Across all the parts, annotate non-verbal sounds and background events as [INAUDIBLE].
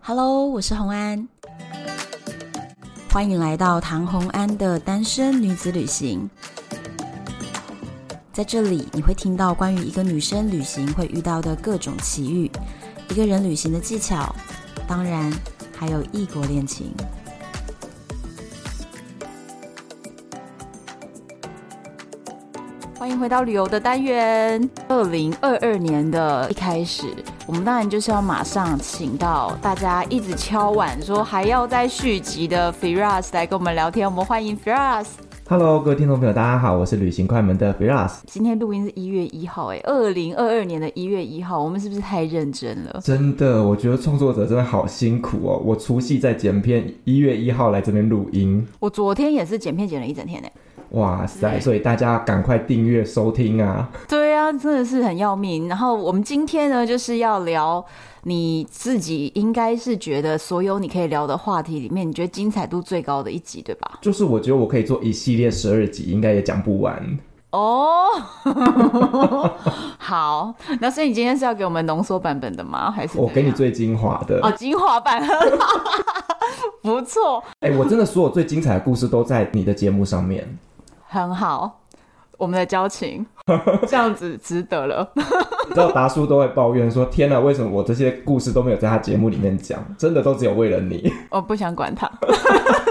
Hello，我是红安，欢迎来到唐红安的单身女子旅行。在这里，你会听到关于一个女生旅行会遇到的各种奇遇，一个人旅行的技巧，当然还有异国恋情。欢迎回到旅游的单元。二零二二年的一开始，我们当然就是要马上请到大家一直敲碗说还要再续集的 Firas 来跟我们聊天。我们欢迎 Firas。 Hello，各位听众朋友，大家好，我是旅行快门的 Firas。今天录音是一月一号、哎，二零二二年的一月一号，我们是不是太认真了？真的，我觉得创作者真的好辛苦哦。我除夕在剪片，一月一号来这边录音，我昨天也是剪片剪了一整天呢、哎哇嗯塞！所以大家赶快订阅收听啊！对啊，真的是很要命。然后我们今天呢，就是要聊你自己应该是觉得所有你可以聊的话题里面，你觉得精彩度最高的一集，对吧？就是我觉得我可以做一系列十二集，应该也讲不完。哦、 [LAUGHS] 好，那所以你今天是要给我们浓缩版本的吗？还是怎我给你样最精华的。哦精华版， [LAUGHS] 不错，哎、我真的所有最精彩的故事都在你的节目上面。很好，我们的交情这样子值得了。你知道达叔都会抱怨说：“天啊哪，为什么我这些故事都没有在他节目里面讲？真的都只有为了你。我不想管他。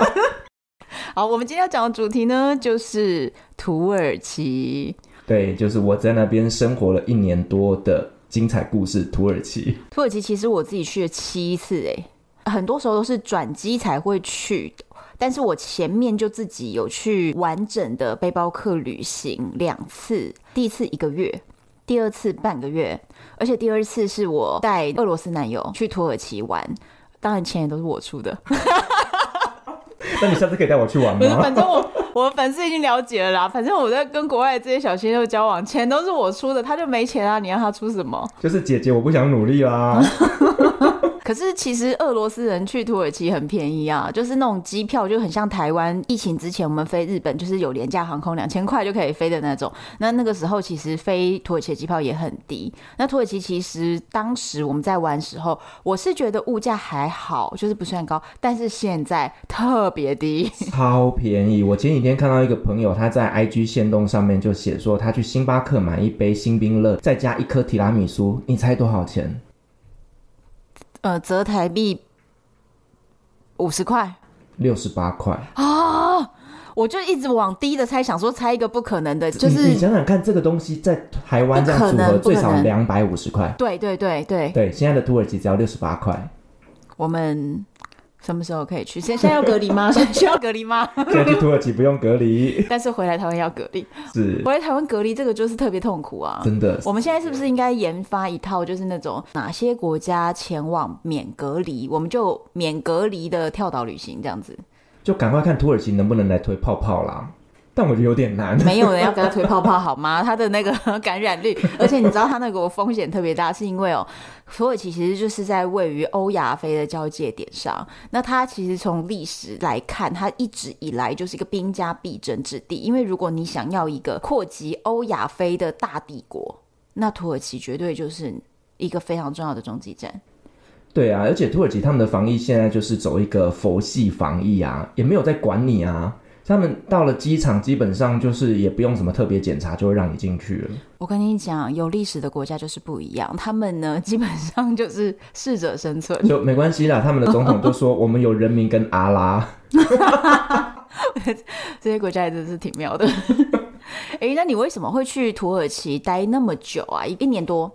[LAUGHS] 好，我们今天要讲的主题呢，就是土耳其。”对，就是我在那边生活了一年多的精彩故事——土耳其。 [LAUGHS] 土耳其其实我自己去了七次、哎，很多时候都是转机才会去的。但是我前面就自己有去完整的背包客旅行两次，第一次一个月，第二次半个月，而且第二次是我带俄罗斯男友去土耳其玩，当然钱也都是我出的。那你下次可以带我去玩不是， [LAUGHS] 吗？反正我我粉丝已经了解了啦。反正我在跟国外这些小鲜肉交往，钱都是我出的，他就没钱啊，你让他出什么？就是姐姐，我不想努力啊啦。可是其实俄罗斯人去土耳其很便宜啊，就是那种机票就很像台湾疫情之前我们飞日本，就是有廉价航空两千块就可以飞的那种。那那个时候其实飞土耳其的机票也很低。那土耳其其实当时我们在玩时候，我是觉得物价还好，就是不算高，但是现在特别低。超便宜！我前几天看到一个朋友，他在 IG 线动上面就写说，他去星巴克买一杯星冰乐，再加一颗提拉米苏，你猜多少钱？呃，折台币五十块六十八块。啊！我就一直往低的猜，想说猜一个不可能的，就你你是想想看，这个东西在台湾这样不可组能合，不可最少能两百五十块。对对对对，对，现在的土耳其只要六十八块，我们什么时候可以去？现现在要隔离 [LAUGHS] 吗？现在需要隔离吗？现在去土耳其不用隔 [LAUGHS] 离，但是回来台湾要隔离，是回来台湾隔离这个就是特别痛苦啊。真的。我们现在是不是应该研发一套，就是那种哪些国家前往免隔离，我们就免隔离的跳岛旅行这样子？就赶快看土耳其能不能来推泡泡啦。但我觉得有点难。没有人要给他推泡泡好吗？ [LAUGHS] 他的那个感染率，而且你知道他那个风险特别大，是因为哦，土耳其其实就是在位于欧亚非的交界点上。那它其实从历史来看，它一直以来就是一个兵家必争之地。因为如果你想要一个扩及欧亚非的大帝国，那土耳其绝对就是一个非常重要的中继站。 [LAUGHS] 对啊，而且土耳其他们的防疫现在就是走一个佛系防疫啊，也没有在管你啊。他们到了机场，基本上就是也不用什么特别检查，就会让你进去了。我跟你讲，有历史的国家就是不一样，他们呢基本上就是适者生存。就没关系啦。他们的总统就说：“我们有人民跟阿拉。这些国家也真的是挺妙的。 [LAUGHS] 哎、那你为什么会去土耳其待那么久啊？一一年多？”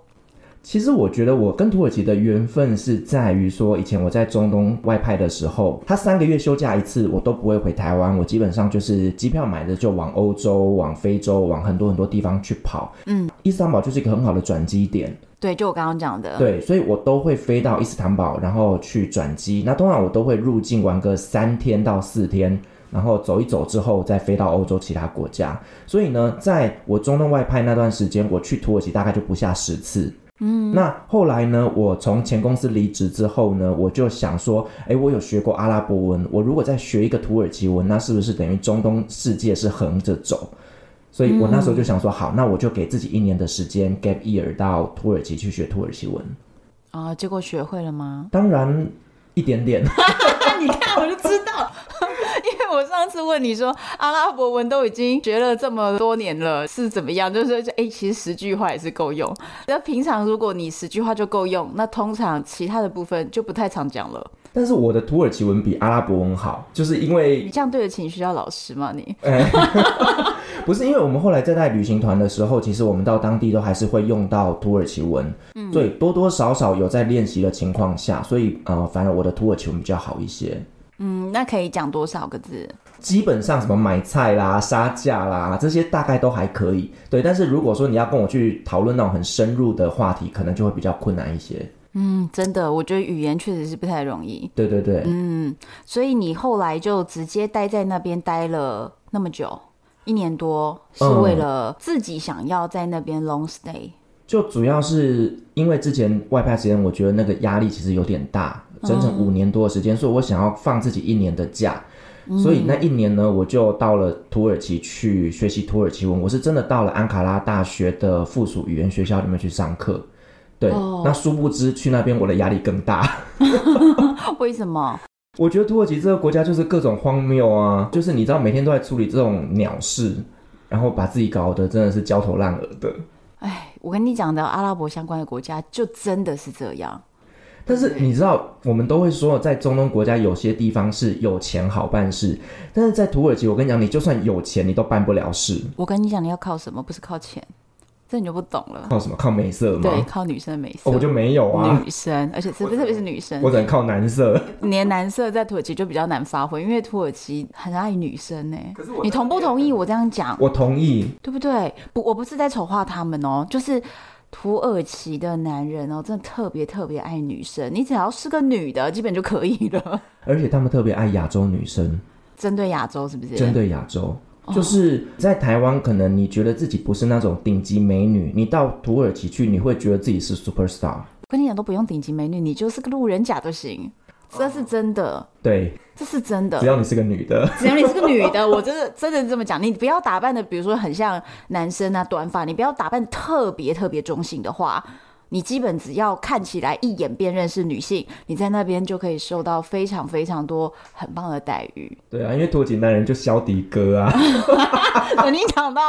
其实我觉得我跟土耳其的缘分是在于说，以前我在中东外派的时候，他三个月休假一次，我都不会回台湾，我基本上就是机票买的就往欧洲、往非洲、往很多很多地方去跑。嗯，伊斯坦堡就是一个很好的转机点。对，就我刚刚讲的。，对，所以我都会飞到伊斯坦堡，然后去转机。那通常我都会入境玩个三天到四天，然后走一走之后再飞到欧洲其他国家。所以呢，在我中东外派那段时间，我去土耳其大概就不下十次。嗯，那后来呢？我从前公司离职之后呢，我就想说，诶，我有学过阿拉伯文，我如果再学一个土耳其文，那是不是等于中东世界是横着走？所以我那时候就想说，好，那我就给自己一年的时间 gap year 到土耳其去学土耳其文。啊、结果学会了吗？当然一点点。 [LAUGHS] [LAUGHS] 你看我就知道， [LAUGHS] 因为我上次问你说阿拉伯文都已经学了这么多年了，是怎么样？就是哎、诶其实十句话也是够用。那平常如果你十句话就够用，那通常其他的部分就不太常讲了。但是我的土耳其文比阿拉伯文好，就是因为你这样对得起你学校老师吗？你不是因为我们后来在带旅行团的时候，其实我们到当地都还是会用到土耳其文，嗯，所以多多少少有在练习的情况下，所以呃，反而我的土耳其文比较好一些。嗯，那可以讲多少个字？基本上什么买菜啦、杀价啦，这些大概都还可以。对，但是如果说你要跟我去讨论那种很深入的话题，可能就会比较困难一些。嗯，真的，我觉得语言确实是不太容易。对对对，嗯，所以你后来就直接待在那边待了那么久，一年多，是嗯为了自己想要在那边 long stay。就主要是因为之前外派时间，我觉得那个压力其实有点大，整整五年多的时间，所以我想要放自己一年的假。嗯所以那一年呢，我就到了土耳其去学习土耳其文。我是真的到了安卡拉大学的附属语言学校里面去上课。对，哦那殊不知去那边我的压力更大。 [LAUGHS] [LAUGHS] 为什么？我觉得土耳其这个国家就是各种荒谬啊，就是你知道每天都在处理这种鸟事，然后把自己搞得真的是焦头烂额的。哎，我跟你讲的阿拉伯相关的国家就真的是这样。但是你知道，我们都会说，在中东国家有些地方是有钱好办事，但是在土耳其，我跟你讲，你就算有钱，你都办不了事。我跟你讲，你要靠什么？不是靠钱，这你就不懂了。靠什么？靠美色吗？ [LAUGHS] 对，靠女生的美色。哦我就没有啊，女生，而且特别特别是女生我，只能靠男色。你的男色在土耳其就比较难发挥，因为土耳其很爱女生呢、可是我你同不同意我这样讲？我同意，对不对？不，我不是在丑化他们哦，就是土耳其的男人哦，真的特别特别爱女生。你只要是个女的，基本就可以了。 [LAUGHS] 而且他们特别爱亚洲女生，针对哦亚洲是不是？针对亚洲。就是在台湾，可能你觉得自己不是那种顶级美女，你到土耳其去，你会觉得自己是 super star。我跟你讲，都不用顶级美女，你就是个路人甲都行。这是真的，对，这是真的只。要你是个女的，只要你是个女的，我真的真的这么讲，你不要打扮的，比如说很像男生啊，短发，你不要打扮得特别特别中性的话，你基本只要看起来一眼辨认是女性，你在那边就可以受到非常非常多很棒的待遇。对啊，因为土耳其男人就肖迪哥啊。 [LAUGHS] 我你讲到，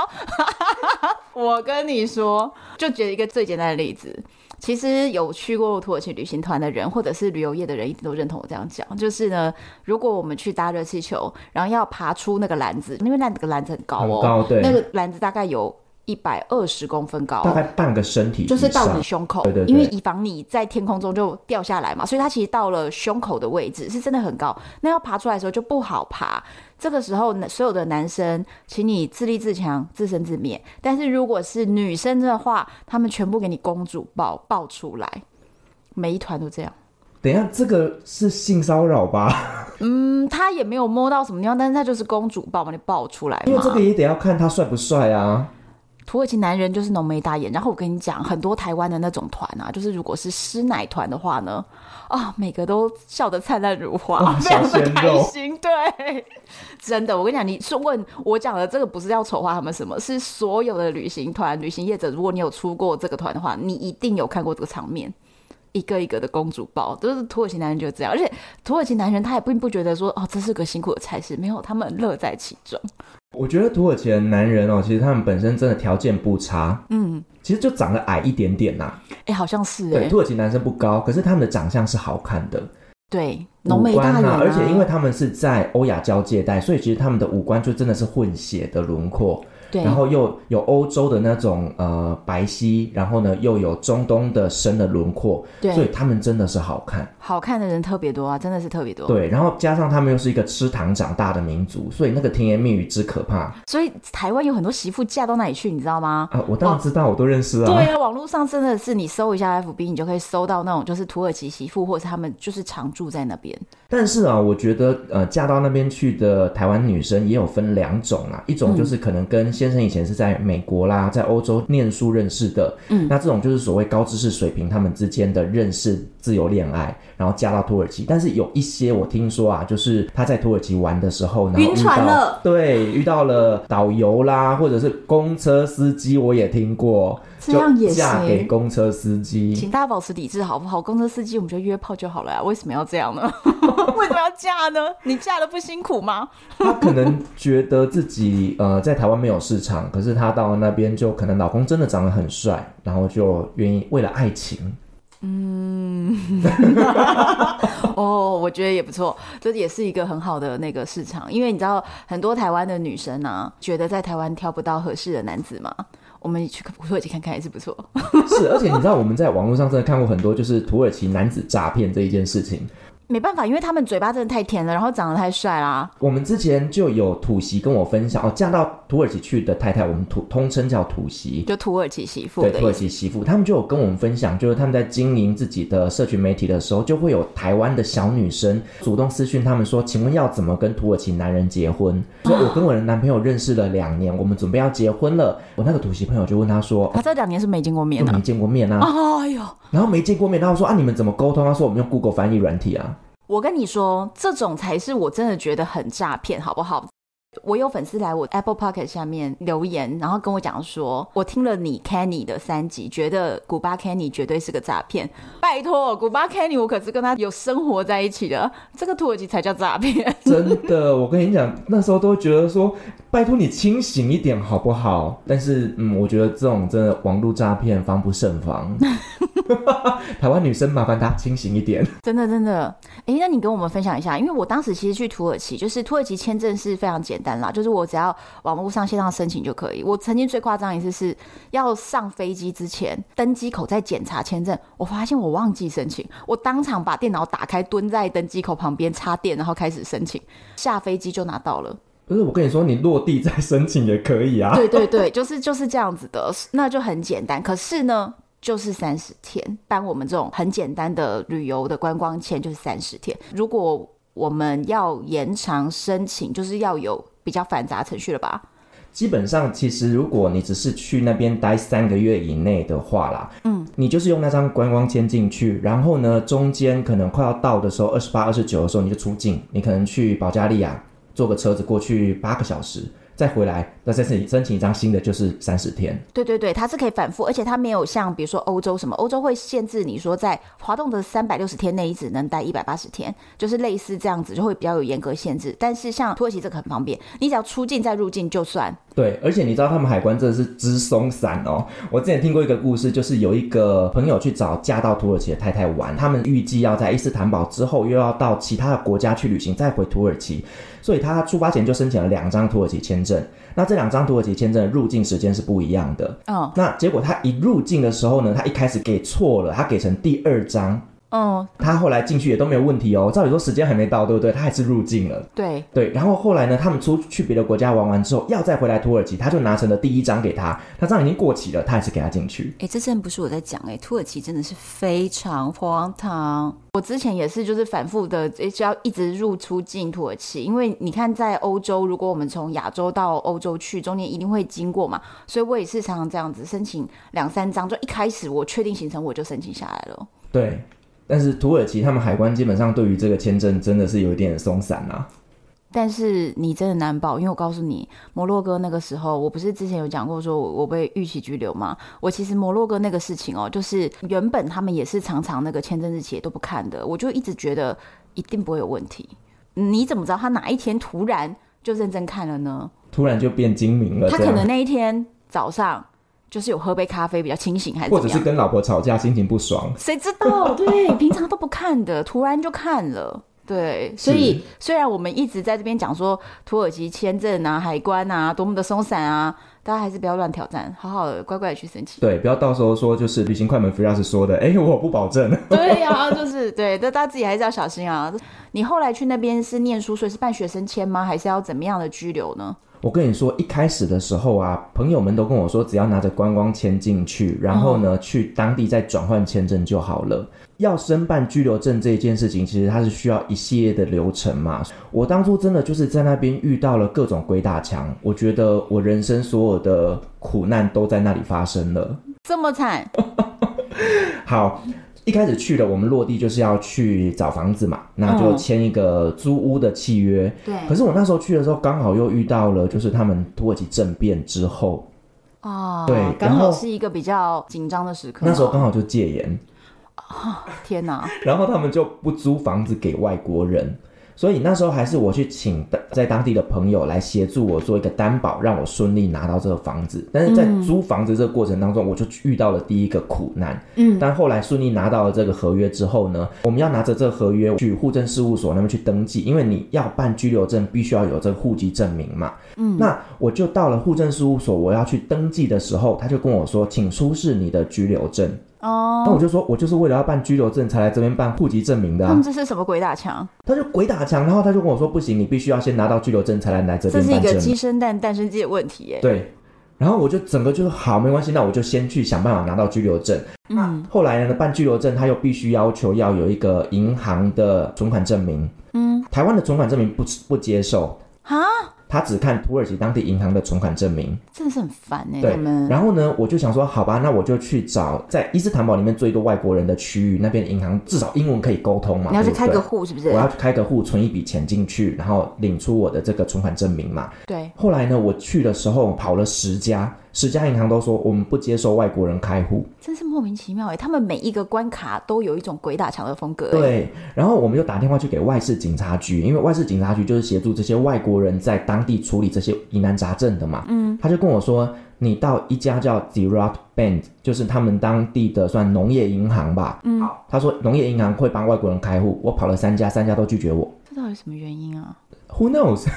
我跟你说，就举一个最简单的例子。其实有去过土耳其旅行团的人，或者是旅游业的人，一定都认同我这样讲。就是呢，如果我们去搭热气球，然后要爬出那个篮子，因为那个篮子很高哦，很高对那个篮子大概有一百二十公分高，大概半个身体以就是到上你胸口，对对对因为以防你在天空中就掉下来嘛，所以它其实到了胸口的位置是真的很高。那要爬出来的时候就不好爬。这个时候，所有的男生，请你自立自强，自生自灭。但是如果是女生的话，他们全部给你公主抱抱出来，每一团都这样。等一下，这个是性骚扰吧？嗯，他也没有摸到什么地方，但是他就是公主抱把你抱出来因为嘛。这个也得要看他帅不帅啊。土耳其男人就是浓眉大眼，然后我跟你讲，很多台湾的那种团啊，就是如果是师奶团的话呢，啊、每个都笑得灿烂如花， [LAUGHS] 哇非常小的鲜开肉心。对，真的，我跟你讲，你是问我讲的这个不是要丑化他们什么，是所有的旅行团、旅行业者，如果你有出过这个团的话，你一定有看过这个场面。一个一个的公主抱，都、是土耳其男人就这样，而且土耳其男人他也并不觉得说哦这是个辛苦的差事，没有，他们乐在其中。我觉得土耳其的男人哦，其实他们本身真的条件不差，嗯，其实就长得矮一点点呐、哎、好像是哎、对，土耳其男生不高，可是他们的长相是好看的，对，浓五眉官大眼、啊，而且因为他们是在欧亚交界带，所以其实他们的五官就真的是混血的轮廓，对，然后又有欧洲的那种呃白皙，然后呢又有中东的深的轮廓，所以对他们真的是好看。好看的人特别多啊，真的是特别多。对，然后加上他们又是一个吃糖长大的民族，所以那个甜言蜜语之可怕所以台湾有很多媳妇嫁到那里去，你知道吗？啊！我当然知道，我都认识啊。对啊，网络上真的是你搜一下 FB，你就可以搜到那种就是土耳其媳妇，或者是他们就是常住在那边。但是啊，嗯我觉得呃，嫁到那边去的台湾女生也有分两种啊，一种就是可能跟先生以前是在美国啦，在欧洲念书认识的，嗯，那这种就是所谓高知识水平他们之间的认识自由恋爱，然后嫁到土耳其。但是有一些我听说啊，就是他在土耳其玩的时候，然后晕遇船到了对，遇到了导游啦，或者是公车司机，我也听过，这样也就嫁行给公车司机，请大家保持理智好不好？公车司机我们就约炮就好了呀、啊为什么要这样呢？ [LAUGHS] 为什么要嫁呢？你嫁了不辛苦吗？她可能觉得自己呃在台湾没有市场，可是她到那边就可能老公真的长得很帅，然后就愿意为了爱情。 [LAUGHS] 哦，我觉得也不错，这也是一个很好的那个市场，因为你知道很多台湾的女生啊，觉得在台湾挑不到合适的男子嘛，我们去土耳其看看也是不错。是，而且你知道我们在网络上真的看过很多就是土耳其男子诈骗这一件事情。没办法，因为他们嘴巴真的太甜了，然后长得太帅啦。我们之前就有土媳跟我分享哦，嫁到土耳其去的太太，我们土通称叫土媳。就土耳其媳妇对的土意耳思。其媳妇，他们就有跟我们分享，就是他们在经营自己的社群媒体的时候，就会有台湾的小女生主动私讯他们说：“请问要怎么跟土耳其男人结婚？”说：“我跟我的男朋友认识了两年，我们准备要结婚了。”我那个土媳朋友就问他说哦他这两年是没见过：“面就的、没见过面啊哎呦，？”然后没见过面，然后说：“啊，你们怎么沟通？”他说：“我们用 Google 翻译软体啊。我跟你说，这种才是我真的觉得很诈骗，好不好？我有粉丝来我 Apple Pocket 下面留言，然后跟我讲说，我听了你 Kenny 的三集，觉得古巴 Kenny 绝对是个诈骗。拜托，古巴 Kenny 我可是跟他有生活在一起的，这个土耳其才叫诈骗。” [LAUGHS] 真的，我跟你讲，那时候都觉得说：“拜托你清醒一点好不好？”但是，嗯，我觉得这种真的网络诈骗防不胜防。台湾女生，麻烦她清醒一点。真的真的，诶，那你跟我们分享一下，因为我当时其实去土耳其，就是土耳其签证是非常简单啦，就是我只要网络上线上申请就可以。我曾经最夸张一次是要上飞机之前，登机口在检查签证，我发现我忘记申请，我当场把电脑打开，蹲在登机口旁边插电，然后开始申请，下飞机就拿到了。不是我跟你说，你落地再申请也可以啊。 [LAUGHS] 对对对，就是就是这样子的，那就很简单。可是呢，就是三十天，办我们这种很简单的旅游的观光签就是三十天。如果我们要延长申请，就是要有比较繁杂程序了吧？基本上，其实如果你只是去那边待三个月以内的话啦，嗯，你就是用那张观光签进去，然后呢，中间可能快要到的时候，二十八、二十九的时候你就出境，你可能去保加利亚坐个车子过去八个小时，再回来，那再申请申请一张新的就是三十天。对对对，它是可以反复，而且它没有像比如说欧洲什么，欧洲会限制你说在滑动的三百六十天内你只能待一百八十天，就是类似这样子，就会比较有严格限制。但是像土耳其这个很方便，你只要出境再入境就算，对，而且你知道他们海关真的是之松散哦。我之前听过一个故事，就是有一个朋友去找嫁到土耳其的太太玩，他们预计要在伊斯坦堡之后又要到其他的国家去旅行，再回土耳其，所以他出发前就申请了两张土耳其签证。那这两张土耳其签证的入境时间是不一样的。嗯那结果他一入境的时候呢，他一开始给错了，他给成第二张。嗯，他后来进去也都没有问题哦，照理说时间还没到，对不对？他还是入境了。对，对，然后后来呢，他们出去别的国家玩完之后，要再回来土耳其，他就拿成了第一张给他，他这张已经过期了，他还是给他进去。哎、这真不是我在讲哎、土耳其真的是非常荒唐。我之前也是，就是反复的，诶就要一直入出境土耳其，因为你看，在欧洲，如果我们从亚洲到欧洲去，中间一定会经过嘛，所以我也是常常这样子申请两三张，就一开始我确定行程我就申请下来了。对，但是土耳其他们海关基本上对于这个签证真的是有一点松散啊啦、但是你真的难保，因为我告诉你，摩洛哥那个时候，我不是之前有讲过说我我被逾期拘留吗？我其实摩洛哥那个事情哦，就是原本他们也是常常那个签证日期也都不看的，我就一直觉得一定不会有问题。你怎么知道他哪一天突然就认真看了呢？突然就变精明了，他呃这可能样，那一天早上就是有喝杯咖啡比较清醒，还是或怎者么是样？跟老婆吵架，心情不爽，谁知道？ [LAUGHS] 对，平常都不看的，突然就看了。对，所以虽然我们一直在这边讲说土耳其签证啊、海关啊多么的松散啊，大家还是不要乱挑战，好好的乖乖的去申请。对，不要到时候说就是旅行快门 f r e e 说的，哎，我不保证。对呀、 [LAUGHS] 就是对，但大家自己还是要小心啊。你后来去那边是念书，所以是办学生签吗？还是要怎么样的居留呢？我跟你说，一开始的时候啊，朋友们都跟我说，只要拿着观光签进去，然后呢，去当地再转换签证就好了。要申办居留证这一件事情，其实它是需要一系列的流程嘛。我当初真的就是在那边遇到了各种鬼打墙，我觉得我人生所有的苦难都在那里发生了。这么惨，好，一开始去了，我们落地就是要去找房子嘛，那就嗯签一个租屋的契约。对可是我那时候去的时候，刚好又遇到了，就是他们土耳其政变之后，哦，对刚然好后是一个比较紧张的时刻嘛。那时候刚好就戒严， [LAUGHS] 天哪，然后他们就不租房子给外国人，所以那时候还是我去请的在当地的朋友来协助我做一个担保，让我顺利拿到这个房子。但是在租房子这个过程当中，我就遇到了第一个苦难。嗯，但后来顺利拿到了这个合约之后呢，我们要拿着这个合约去户政事务所那边去登记，因为你要办居留证，必须要有这个户籍证明嘛。嗯，那我就到了户政事务所，我要去登记的时候，他就跟我说，请出示你的居留证。哦，那我就说，我就是为了要办居留证才来这边办户籍证明的、他们啊。这是什么鬼打墙？他就鬼打墙，然后他就跟我说，不行，你必须要先拿到居留证才能来这这边是一办个证明鸡。生蛋，蛋生鸡的问题耶。对，然后我就整个就好，没关系，那我就先去想办法拿到居留证。嗯，后来呢，办居留证他又必须要求要有一个银行的存款证明。嗯，台湾的存款证明不不接受，哈，他只看土耳其当地银行的存款证明。真的是很烦哎，对他，们。然后呢，我就想说，好吧，那我就去找在伊斯坦堡里面最多外国人的区域，那边的银行至少英文可以沟通嘛。你要去对不开对个户是不是我？要去开个户，存一笔钱进去，然后领出我的这个存款证明嘛。对，后来呢，我去的时候跑了十家，十家银行都说我们不接受外国人开户。真是莫名其妙哎，他们每一个关卡都有一种鬼打墙的风格。，欸对，然后我们就打电话去给外事警察局，因为外事警察局就是协助这些外国人在当地处理这些疑难杂症的嘛。嗯，他就跟我说，你到一家叫 Zerat Bank，就是他们当地的算农业银行吧。嗯，他说农业银行会帮外国人开户，我跑了三家，三家都拒绝我。这到底什么原因啊？ Who knows？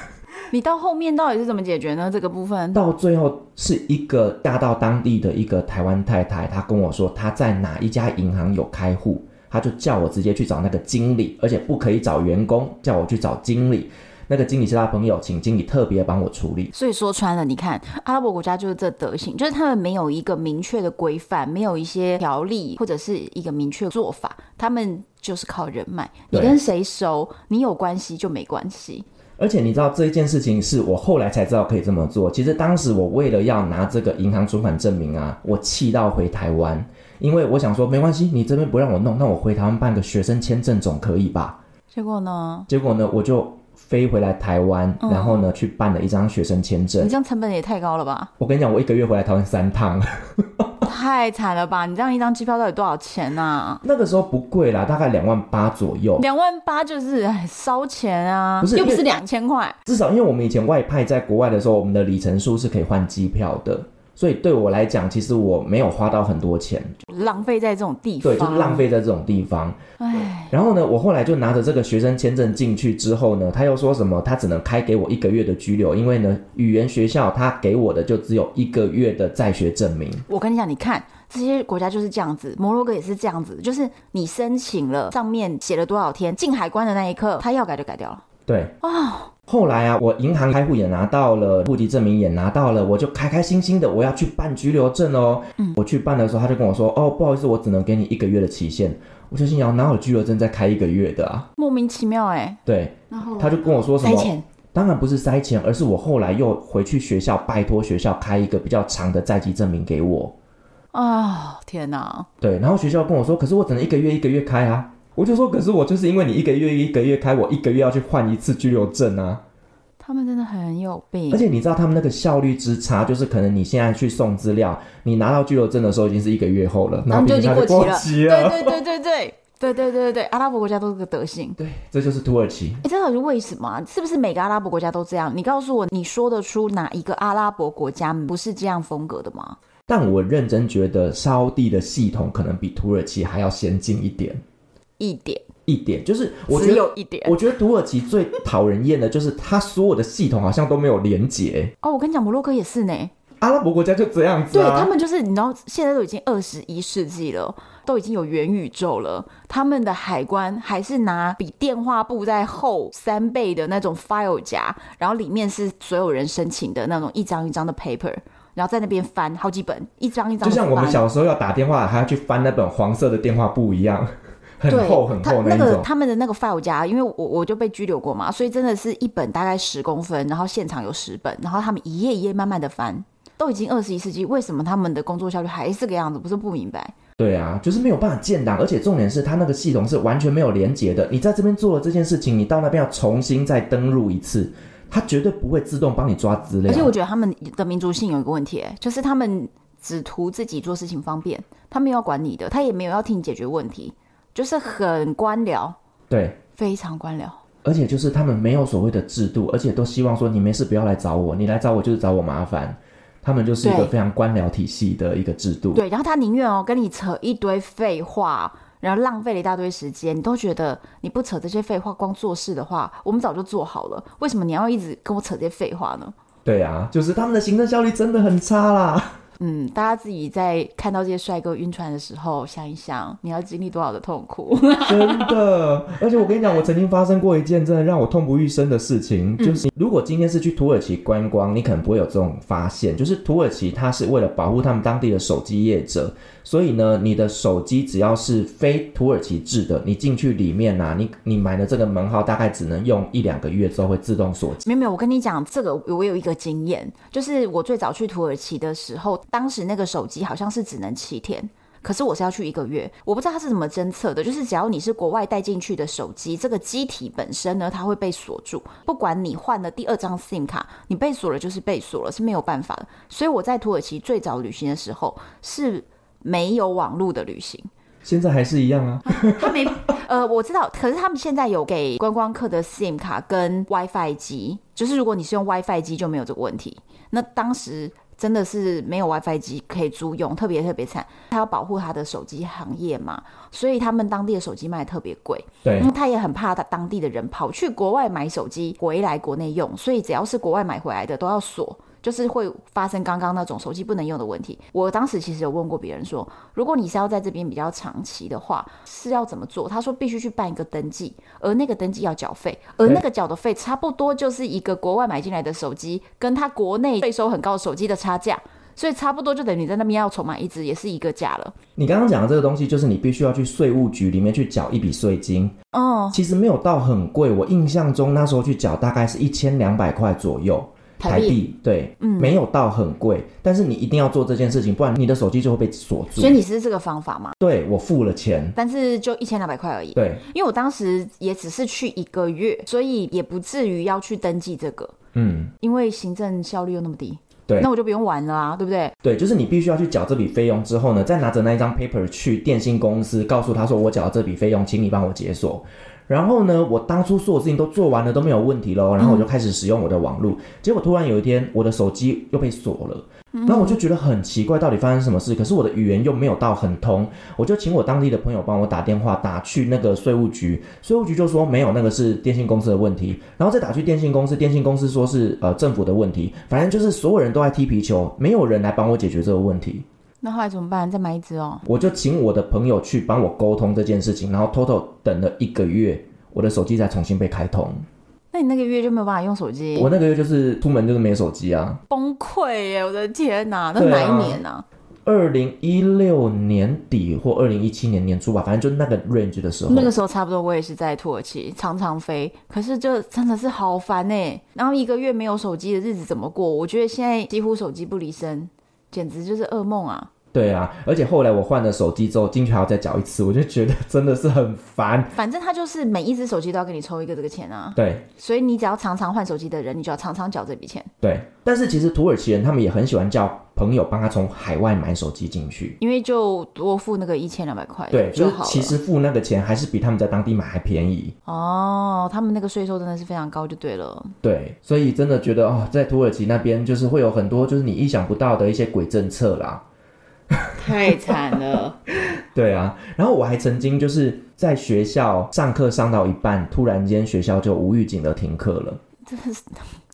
你到后面到底是怎么解决呢？这个部分到最后是一个嫁到当地的一个台湾太太，她跟我说她在哪一家银行有开户，她就叫我直接去找那个经理，而且不可以找员工，叫我去找经理。那个经理是她朋友，请经理特别帮我处理。所以说穿了，你看阿拉伯国家就是这德行，就是他们没有一个明确的规范，没有一些条例或者是一个明确的做法，他们就是靠人脉。你对跟谁熟，你有关系就没关系。而且你知道这一件事情是我后来才知道可以这么做。其实当时我为了要拿这个银行存款证明啊，我气到回台湾，因为我想说没关系，你这边不让我弄，那我回台湾办个学生签证总可以吧？结果呢？结果呢，我就飞回来台湾，嗯然后呢去办了一张学生签你证。这样成本也太高了吧，我跟你讲，我一个月回来台湾三趟， [LAUGHS] 太惨了吧！你这样一张机票到底多少钱呐、那个时候不贵啦，大概两万八左右。两万八就是哎烧钱啊，不是又不因为是两千块。至少因为我们以前外派在国外的时候，我们的里程数是可以换机票的，所以对我来讲，其实我没有花到很多钱，浪费在这种地方，对，就是浪。费在这种地方。哎，然后呢，我后来就拿着这个学生签证进去之后呢，他又说什么，他只能开给我一个月的居留，因为呢，语言学校他给我的就只有一个月的在学证明。我跟你讲，你看这些国家就是这样子，摩洛哥也是这样子，就是你申请了，上面写了多少天，进海关的那一刻，他要改就改掉了。对，哦，后来啊，我银行开户也拿到了，户籍证明也拿到了，我就开开心心的我要去办居留证哦。嗯，我去办的时候，他就跟我说：“哦，不好意思，我只能给你一个月的期限。”我就心想，哪有居留证再开一个月的啊？莫名其妙哎、对，然后他就跟我说什塞么？钱，当然不是塞钱，而是我后来又回去学校拜托学校开一个比较长的在籍证明给我。哦，天哪！对，然后学校跟我说：“可是我只能一个月一个月开啊。”我就说：“可是我就是因为你一个月一个月开，我一个月要去换一次居留证啊。”他们真的很有病而。且你知道他们那个效率之差，就是可能你现在去送资料，你拿到居留证的时候已经是一个月后了，然然后后就已平经常过就期过了，期对了。对对对对对对对对对，阿拉伯国家都是这个德行。对，这就是土耳其。哎，这到底是为什么啊、是不是每个阿拉伯国家都这样？你告诉我，你说得出哪一个阿拉伯国家不是这样风格的吗？但我认真觉得，沙乌地的系统可能比土耳其还要先进一点，一点，一点就是我只觉得，有一点。我觉得土耳其最讨人厌的就是它所有的系统好像都没有连结。哦，我跟你讲，摩洛哥也是呢。阿拉伯国家就这样子对啊，他们就是，你知道，现在都已经二十一世纪了，都已经有元宇宙了，他们的海关还是拿比电话簿在厚三倍的那种 file 夹，然后里面是所有人申请的那种一张一张的 paper，然后在那边翻好几本，一张一张的就翻。像我们小时候要打电话还要去翻那本黄色的电话簿一样，很对，厚很他厚那一个种。他们的那个 file 夹，因为我我就被拘留过嘛，所以真的是一本大概十公分，然后现场有十本，然后他们一页一页慢慢的翻。都已经二十一世纪，为什么他们的工作效率还是这个样子？不是不明白。对啊，就是没有办法建档，而且重点是它那个系统是完全没有连接的。你在这边做了这件事情，你到那边要重新再登录一次，它绝对不会自动帮你抓资料。而且我觉得他们的民族性有一个问题、欸就是他们只图自己做事情方便，他没有要管你的，他也没有要替你解决问题，就是很官僚，对，非常官僚。而且就是他们没有所谓的制度，而且都希望说你没事不要来找我，你来找我就是找我麻烦。他们就是一个对非常官僚体系的一个制度。对，然后他宁愿哦跟你扯一堆废话，然后浪费了一大堆时间，你都觉得你不扯这些废话，光做事的话，我们早就做好了，为什么你要一直跟我扯这些废话呢？对啊，就是他们的行政效率真的很差啦。嗯，大家自己在看到这些帅哥晕船的时候，想一想你要经历多少的痛苦。真的，而且我跟你讲，我曾经发生过一件真的让我痛不欲生的事情，就是如果今天是去土耳其观光，你可能不会有这种发现，就是土耳其它是为了保护他们当地的手机业者，所以呢，你的手机只要是非土耳其制的，你进去里面啊，你你买的这个门号大概只能用一两个月之后会自动锁 [LAUGHS] 机。没有没有，我跟你讲，这个我有一个经验，就是我最早去土耳其的时候，当时那个手机好像是只能七天。可是我是要去一个月，我不知道它是怎么侦测的，就是只要你是国外带进去的手机，这个机体本身呢，它会被锁住，不管你换了第二张 SIM 卡，你被锁了就是被锁了，是没有办法的。所以我在土耳其最早旅行的时候是没有网络的旅行，现在还是一样啊，他没，呃，我知道，可是他们现在有给观光客的 SIM 卡跟 WiFi 机，就是如果你是用 WiFi 机就没有这个问题。那当时真的是没有 WiFi 机可以租用，特别特别惨。他要保护他的手机行业嘛，所以他们当地的手机卖得特别贵，对然后嗯他也很怕他当地的人跑去国外买手机回来国内用，所以只要是国外买回来的都要锁。就是会发生刚刚那种手机不能用的问题。我当时其实有问过别人说，如果你是要在这边比较长期的话，是要怎么做？他说必须去办一个登记，而那个登记要缴费，而对那个缴的费差不多就是一个国外买进来的手机跟他国内税收很高的手机的差价，所以差不多就等于你在那边要重买一只，也是一个价了。你刚刚讲的这个东西，就是你必须要去税务局里面去缴一笔税金，哦，其实没有到很贵，我印象中那时候去缴大概是一千两百块左右。台台币。嗯币，对，没有到很贵，但是你一定要做这件事情，不然你的手机就会被锁住所以。你是这个方法嘛？对我付了钱，但是就一千两百块而已。对，因为我当时也只是去一个月，所以也不至于要去登记这个。嗯，因为行政效率又那么低，对那我就不用玩了啊，对不对？对，就是你必须要去缴这笔费用之后呢，再拿着那一张 paper 去电信公司，告诉他说我缴了这笔费用，请你帮我解锁。然后呢，我当初所有事情都做完了，都没有问题喽。然后我就开始使用我的网络，结果突然有一天，我的手机又被锁了。然后我就觉得很奇怪，到底发生什么事？可是我的语言又没有到很通，我就请我当地的朋友帮我打电话打去那个税务局，税务局就说没有，那个是电信公司的问题。然后再打去电信公司，电信公司说是呃政府的问题。反正就是所有人都在踢皮球，没有人来帮我解决这个问题。那后来怎么办？再买一只哦。我就请我的朋友去帮我沟通这件事情，然后偷偷等了一个月，我的手机才重新被开通。那你那个月就没有办法用手机，我那个月就是出门就是没手机啊。崩溃耶！我的天哪，那对哪啊一年啊？二零一六年底或二零一七年年初吧，反正就那个 range 的时候，那个时候差不多，我也是在土耳其常常飞，可是就真的是好烦哎。然后一个月没有手机的日子怎么过？我觉得现在几乎手机不离身，简直就是噩梦啊！对啊，而且后来我换了手机之后，进去还要再缴一次，我就觉得真的是很烦。反正他就是每一只手机都要给你抽一个这个钱啊，对所以你只要常常换手机的人，你就要常常缴这笔钱，对，但是其实土耳其人他们也很喜欢叫朋友帮他从海外买手机进去。因为就多付那个一千两百块对，就哎就是好了。其实付那个钱还是比他们在当地买还便宜。哦，他们那个税收真的是非常高，就对了。对，所以真的觉得哦，在土耳其那边就是会有很多就是你意想不到的一些鬼政策啦。太惨了，对啊，然后我还曾经就是在学校上课上到一半，突然间学校就无预警的停课了。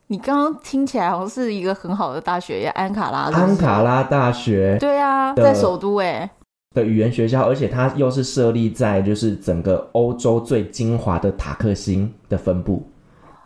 你刚刚听起来好像是一个很好的大学，安卡拉啊是不是安卡拉大学对啊，的在首都哎，的语言学校，而且它又是设立在就是整个欧洲最精华的塔克星的分部。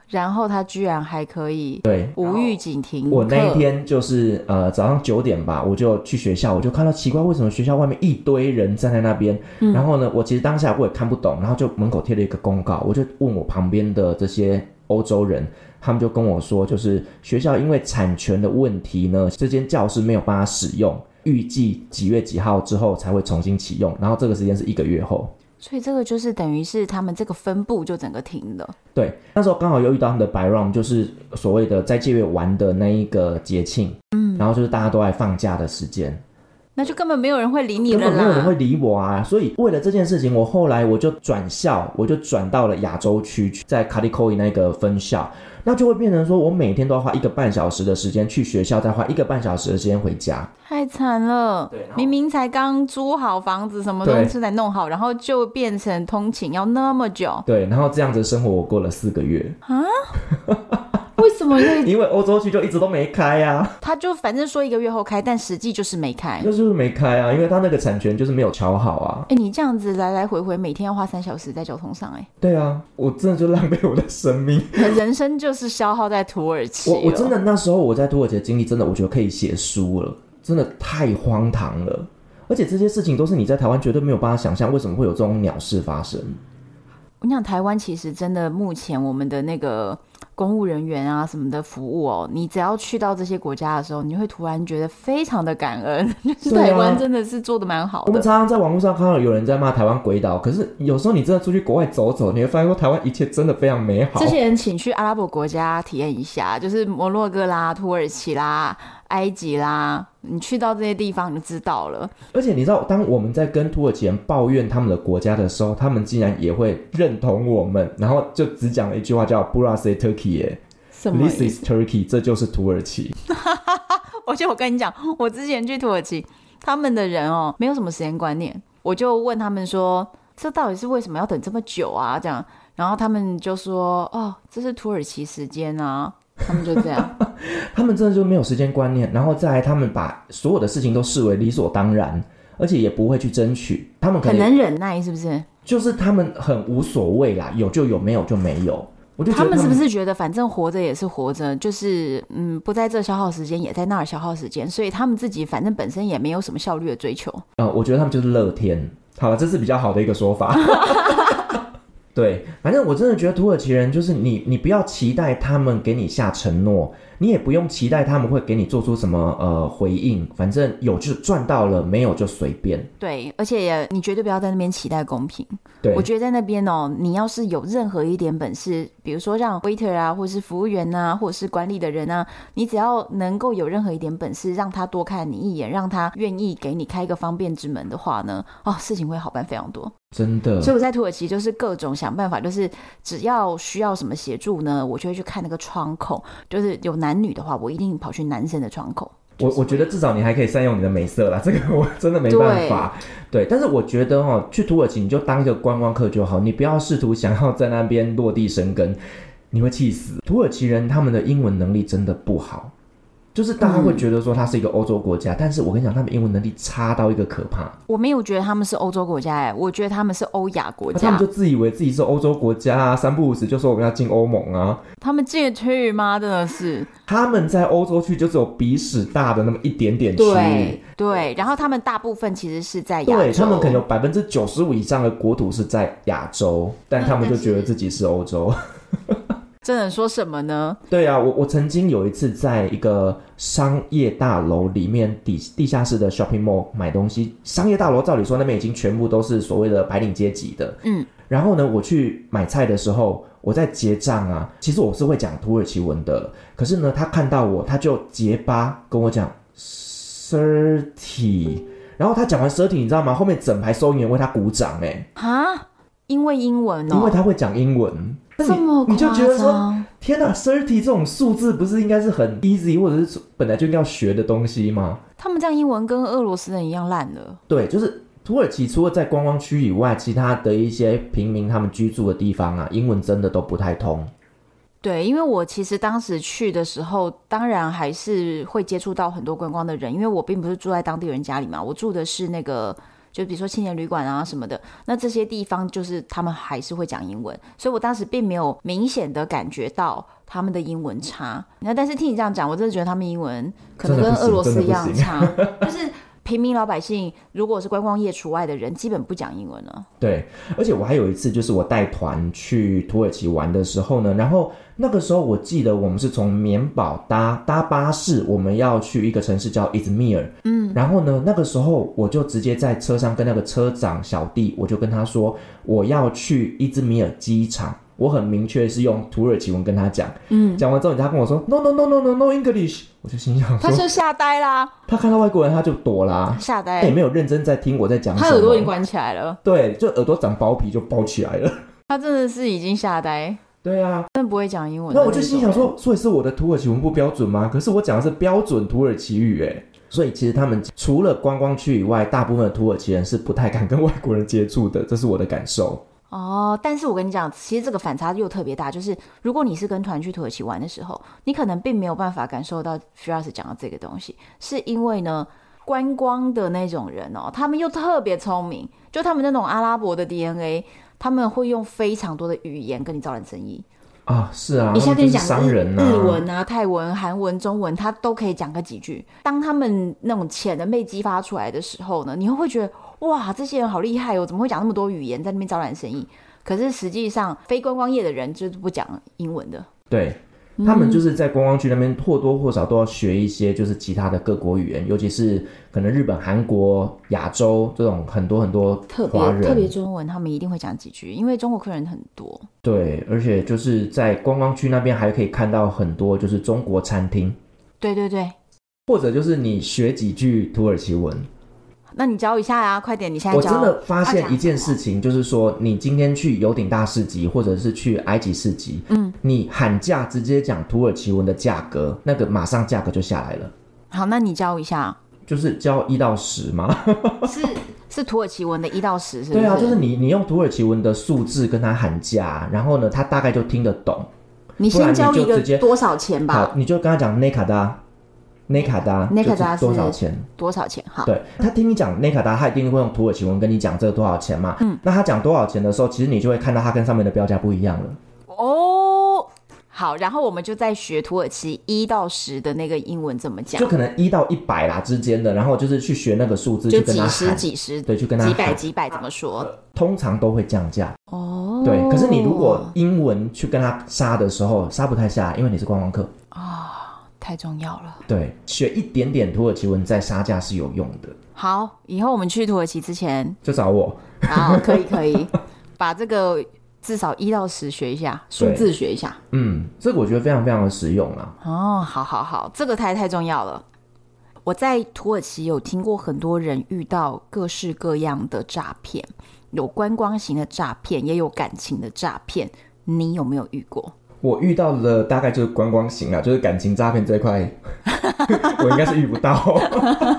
然后他居然还可以对，无预警停课。我那一天就是呃早上九点吧，我就去学校，我就看到奇怪，为什么学校外面一堆人站在那边？嗯然后呢，我其实当下我也看不懂，然后就门口贴了一个公告，我就问我旁边的这些欧洲人，他们就跟我说，就是学校因为产权的问题呢，这间教室没有办法使用。预计几月几号之后才会重新启用，然后这个时间是一个月后。所以这个就是等于是他们这个分部就整个停了。对，那时候刚好又遇到他们的 Byram，就是所谓的斋戒月玩的那一个节庆，嗯，然后就是大家都在放假的时间，那就根本没有人会理你根了本啦。没有人会理我啊，所以为了这件事情，我后来我就转校，我就转到了亚洲区，在卡利科伊那个分校，那就会变成说我每天都要花一个半小时的时间去学校，再花一个半小时的时间回家，太惨了对然后！明明才刚租好房子，什么对东西才弄好，然后就变成通勤要那么久，对，然后这样子的生活我过了四个月，为什么会？因为欧洲区就一直都没开啊， [LAUGHS] 他就反正说一个月后开，但实际就是没开。就是没开啊，因为他那个产权就是没有瞧好啊。哎、你这样子来来回回，每天要花三小时在交通上、对啊，我真的就浪费我的生命。哎，人生就是消耗在土耳其哦我我真的的那时候我在土耳其的经历，真的我觉得可以写书了，真的太荒唐了。而且这些事情都是你在台湾绝对没有办法想象，为什么会有这种鸟事发生？我想台湾其实真的目前我们的那个公务人员啊什么的服务哦，你只要去到这些国家的时候，你会突然觉得非常的感恩， [LAUGHS] 就是对啊台湾真的是做的蛮好我的。们常常在网络上看到有人在骂台湾鬼岛，可是有时候你真的出去国外走走，你会发现说台湾一切真的非常美好这。些人请去阿拉伯国家体验一下，就是摩洛哥啦、土耳其啦、埃及啦，你去到这些地方你就知道了。而且你知道，当我们在跟土耳其人抱怨他们的国家的时候，他们竟然也会认同我们，然后就只讲了一句话叫 “Burası Turkey”，“This 什么意 is 思？ Turkey”，这就是土耳其。而且我跟你讲，我之前去土耳其，他们的人哦，没有什么时间观念。我就问他们说，这到底是为什么要等这么久啊？这样，然后他们就说，哦，这是土耳其时间啊。他们就这 [LAUGHS] 样，他们真的就没有时间观念，然后再来他们把所有的事情都视为理所当然，而且也不会去争取。他们可很能能忍耐，是不是？就是他们很无所谓啦，有就有，没有就没有。我就觉他得嗯们是不是觉得反正活着也是活着，就是嗯，不在这消耗时间，也在那儿消耗时间，所以他们自己反正本身也没有什么效率的追求。呃，我觉得他们就是乐天。好了，这是比较好的一个说 [LAUGHS] 法。对，反正我真的觉得土耳其人就是你，你不要期待他们给你下承诺，你也不用期待他们会给你做出什么呃回应。反正有就赚到了，没有就随便。对，而且也你绝对不要在那边期待公平。对我，觉得在那边哦，你要是有任何一点本事，比如说让 waiter 啊，或者是服务员呐、或者是管理的人啊，你只要能够有任何一点本事，让他多看你一眼，让他愿意给你开一个方便之门的话呢，哦，事情会好办非常多。真的。所以我在土耳其就是各种想办法，就是只要需要什么协助呢，我就会去看那个窗口，就是有男女的话，我一定跑去男生的窗口。我我觉得至少你还可以善用你的美色啦，这个 [LAUGHS] 我真的没办法。对，但是我觉得哦，去土耳其你就当一个观光客就好，你不要试图想要在那边落地生根，你会气死。土耳其人他们的英文能力真的不好，就是大家会觉得说他是一个欧洲国家，嗯但是我跟你讲，他们英文能力差到一个可怕，我没有觉得他们是欧洲国家、哎，我觉得他们是欧亚国他家们就。自以为自己是欧洲国家啊，三不五时就说我们要进欧盟啊。他们进得去吗？真的是。他们在欧洲区就只有鼻屎大的那么一点点区域对，对，然后他们大部分其实是在亚洲，对他们可能有百分之九十五以上的国土是在亚洲，但他们就觉得自己是欧洲。嗯这能说什么呢？对啊，我我曾经有一次在一个商业大楼里面地地下室的 shopping mall 买东西，商业大楼照理说那边已经全部都是所谓的白领阶级的，嗯，然后呢，我去买菜的时候，我在结账啊，其实我是会讲土耳其文的，可是呢，他看到我，他就结巴跟我讲 thirty，然后他讲完 thirty，你知道吗？后面整排收银员为他鼓掌、欸，啊，因为英文因为哦，他会讲英文。那这么夸你你就张，觉得说，天哪，thirty 这种数字不是应该是很 easy，或者是本来就应该要学的东西吗？他们这样英文跟俄罗斯人一样烂了。对，就是土耳其除了在观光区以外，其他的一些平民他们居住的地方啊，英文真的都不太通。对，因为我其实当时去的时候，当然还是会接触到很多观光的人，因为我并不是住在当地人家里嘛，我住的是那个就比如说青年旅馆啊什么的，那这些地方就是他们还是会讲英文，所以我当时并没有明显的感觉到他们的英文差。那但是听你这样讲，我真的觉得他们英文可能真的跟不行俄罗斯一样真的 [LAUGHS] 差，就是平民老百姓，如果是观光业除外的人，基本不讲英文了。对，而且我还有一次，就是我带团去土耳其玩的时候呢，然后那个时候我记得我们是从棉堡搭搭巴士，我们要去一个城市叫伊兹密尔，嗯，然后呢，那个时候我就直接在车上跟那个车长小弟，我就跟他说我要去伊兹密尔机场。我很明确是用土耳其文跟他讲，嗯，讲完之后，他跟我说 no no no no no no English，我就心想他说，就吓呆啦，他看到外国人他就躲啦，吓他呆，也没有认真在听我在哎讲什他么，耳朵已经关起来了，对，就耳朵长包皮就包起来了。他真的是已经吓呆， [LAUGHS] 对啊，真的不会讲英文的那种。我就心想说，所以是我的土耳其文不标准吗？可是我讲的是标准土耳其语，哎，所以其实他们除了观光区以外，大部分的土耳其人是不太敢跟外国人接触的，这是我的感受。哦，但是我跟你讲，其实这个反差又特别大。就是如果你是跟团去土耳其玩的时候，你可能并没有办法感受到 Firas 讲的这个东西，是因为呢，观光的那种人哦，他们又特别聪明，就他们那种阿拉伯的 DNA，他们会用非常多的语言跟你招揽生意。啊，是啊，一下他们跟你就是讲商日人呐、日文啊、泰文、韩文、中文，他都可以讲个几句。当他们那种潜能被激发出来的时候呢，你会会觉得哇，这些人好厉害哦，怎么会讲那么多语言在那边招揽生意？可是实际上，非观光业的人就是不讲英文的。对。嗯他们就是在观光区那边或多或少都要学一些，就是其他的各国语言，尤其是可能日本、韩国、亚洲这种很多很多特别华人特别中文，他们一定会讲几句，因为中国客人很多。对，而且就是在观光区那边还可以看到很多就是中国餐厅，对对对，或者就是你学几句土耳其文。那你教一下呀、快点，你现在我教。真的发要现讲一件什事情，就是说你今天去油鼎大市集，或者是去埃及市集，嗯，你喊价直接讲土耳其文的价格，那个马上价格就下来了，好，那你教一下，就是交一到十嘛。是是土耳其文的一到十，是不是？ [LAUGHS] 对啊，就是你你用土耳其文的数字跟他喊价，然后呢，他大概就听得懂。你不然先你教就一个直接多少钱吧好，，你就跟他讲内卡达，内卡达，内卡达就是多是少钱？多少钱？好，对他听你讲内卡达，他一定会用土耳其文跟你讲这个多少钱嘛。嗯，那他讲多少钱的时候，其实你就会看到他跟上面的标价不一样了。哦，好，然后我们就在学土耳其一到十的那个英文怎么讲就，可能一到一百啦之间的，然后就是去学那个数字，就去跟几他十喊，几十，对，去跟他几百喊几百怎么说？通常都会降价。哦，对，可是你如果英文去跟他杀的时候，杀不太下，因为你是观光客。哦太重要了。对，学一点点土耳其文再杀价是有用的，好，以后我们去土耳其之 [LAUGHS] 前，就找我。好，可以可以，把这个至少一到十学一下，数对字学一下。嗯，这个我觉得非常非常的实用啦。哦，好好好，这个太太重要了。我在土耳其有听过很多人遇到各式各样的诈骗，有观光型的诈骗，也有感情的诈骗。你有没有遇过？ [LAUGHS] 我遇到了大概就是观光型啊，就是感情诈骗这一块， [LAUGHS] 我应该是遇不到。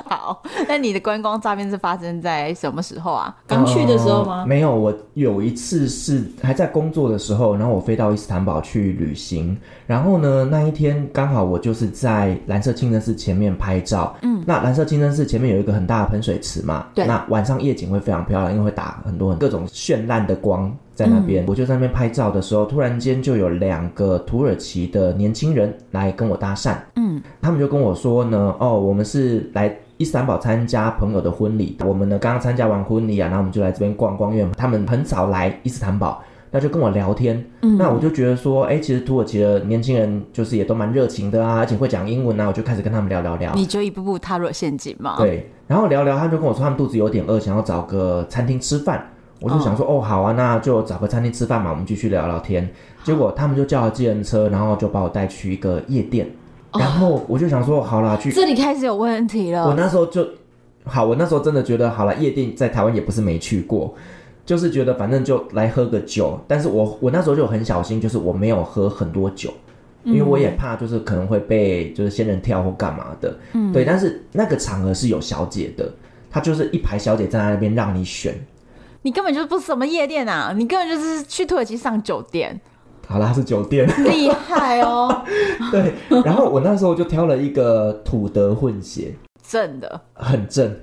好，那你的观光诈骗是发生在什么时候啊？刚去的时候呃吗？没有，我有一次是还在工作的时候，然后我飞到伊斯坦堡去旅行，然后呢那一天刚好我就是在蓝色清真寺前面拍照，嗯，那蓝色清真寺前面有一个很大的喷水池嘛，对那晚上夜景会非常漂亮，因为会打很多很各种绚烂的光。在那嗯边，我就在那边拍照的时候，突然间就有两个土耳其的年轻人来跟我搭讪，嗯他们就跟我说呢，哦，我们是来伊斯坦堡参加朋友的婚礼，我们呢刚刚参加完婚礼啊，然后我们就来这边逛逛，因为他们很少来伊斯坦堡。那就跟我聊天，那我就觉得说，哎、其实土耳其的年轻人就是也都蛮热情的啊，而且会讲英文啊，我就开始跟他们聊聊聊。呃你就一步步踏入了陷阱吗？，对，然后聊聊，他就跟我说他们肚子有点饿，想要找个餐厅吃饭。我就想说，哦，好啊，那就找个餐厅吃饭嘛，我们继续聊聊天。结果他们就叫了计程车，然后就把我带去一个夜店，然后我就想说，好啦，去这里开始有问题我了。那时候就好，我那时候真的觉得好了，夜店在台湾也不是没去过，就是觉得反正就来喝个酒。但是我我那时候就很小心，就是我没有喝很多酒，因为我也怕就是可能会被就是仙人跳或干嘛的。嗯，对。但是那个场合是有小姐的，她就是一排小姐站在那边让你选。你根本就不是什么夜店啊，你根本就是去土耳其上酒店，好啦，它是酒店， [LAUGHS] 厉害哦！对。然后我那时候就挑了一个土德混血，正的。很正。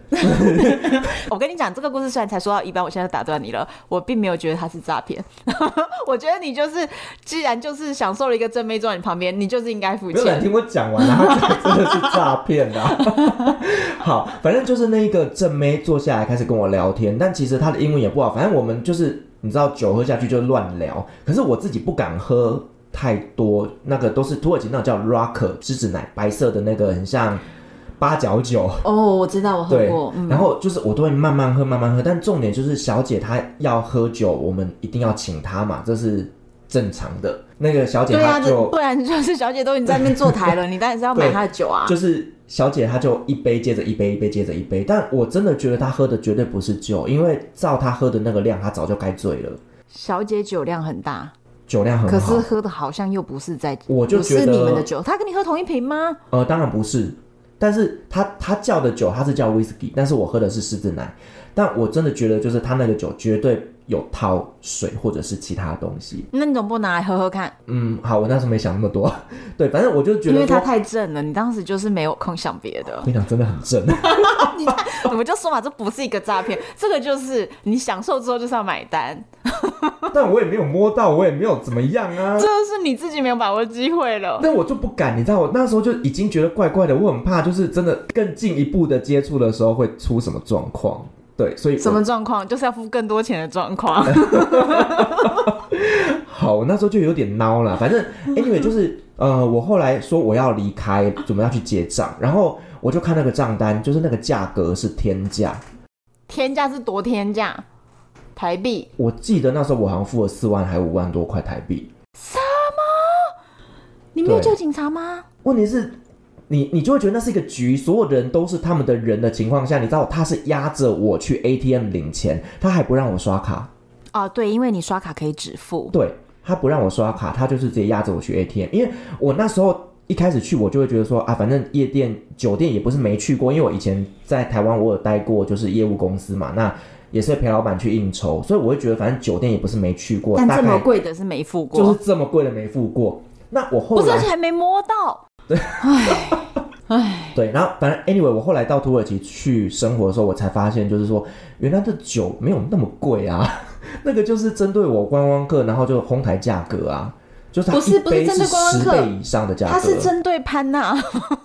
[LAUGHS] 我跟你讲，这个故事虽然才说到一半，我现在打断你了，我并没有觉得它是诈骗， [LAUGHS] 我觉得你就是既然就是享受了一个正妹坐在你旁边，你就是应该付没有人钱。听我讲完啊，这真的是诈骗 [LAUGHS] 啊！好，反正就是那一个正妹坐下来开始跟我聊天，但其实她的英文也不好，反正我们就是你知道酒喝下去就乱聊，可是我自己不敢喝。太多那个都是土耳其那种叫 rocker 狮子奶白色的那个很像八角酒，哦，我知道，我喝对过，，然后就是我都会慢慢喝，慢慢喝。但重点就是小姐她要喝酒，我们一定要请她嘛，这是正常的。那个小姐对啊，她就、这不然就是小姐都已经在那边坐台 [LAUGHS] 了，你当然是要买对她的酒啊。就是小姐她就一杯接着一杯，一杯接着一杯。但我真的觉得她喝的绝对不是酒，因为照她喝的那个量，她早就该醉了，小姐酒量很大，酒量很可好是。喝的好像又不是在，我就不觉是你们的得，酒，她跟你喝同一瓶吗？呃，当然不是，但是她她叫的酒，她是叫 whisky，但是我喝的是狮子奶。但我真的觉得，就是她那个酒绝对有套水或者是其他东西。那你总不能拿来喝喝看，嗯，好，我那时候没想那么多。对，反正我就觉因得为说她太正了，你当时就是没有空想别的 [LAUGHS] 我。跟你讲，真的很正。 [LAUGHS] 我就说嘛，这不是一个诈骗，这个就是你享受之后就是要买单，但我也没有摸到，我也没有怎么样啊这。就是你自己没有把握机会了。 [LAUGHS] 但我就不敢，你知道，我那时候就已经觉得怪怪的，我很怕，就是真的更进一步的接触的时候会出什么状况。对，所以我什么状况？就是要付更多钱的状 [LAUGHS] 况。好，我那时候就有点孬了。反正 anyway 就是呃，我后来说我要离开，准备要去结账，然后我就看那个账单，就是那个价格是天价。天价是多天价，台币我记得那时候我好像付了四万还五万多块台币。你没有对叫警察吗？问题是，你你就会觉得那是一个局，所有的人都是他们的人的情况下，你知道他是压着我去 ATM 领钱，他还不让我刷卡，哦，对，因为你刷卡可以止付。对他不让我刷卡，他就是直接压着我去 ATM，因为我那时候。一开始去我就会觉得说啊，反正夜店、酒店也不是没去过，因为我以前在台湾我有待过，就是业务公司嘛，那也是陪老板去应酬，所以我会觉得反正酒店也不是没去过，但大这么概贵的是没付过，就是这么贵的没付过。那我后不来是，而且还没摸到。对，然后反正 anyway，我后来到土耳其去生活的时候，我才发现，就是说，原来这酒没有那么贵啊， [LAUGHS] 那个就是针对我观光客，然后就哄抬价格啊，就是它不是一不是杯针对观光十客倍以上的价格，他是针对潘娜， [LAUGHS]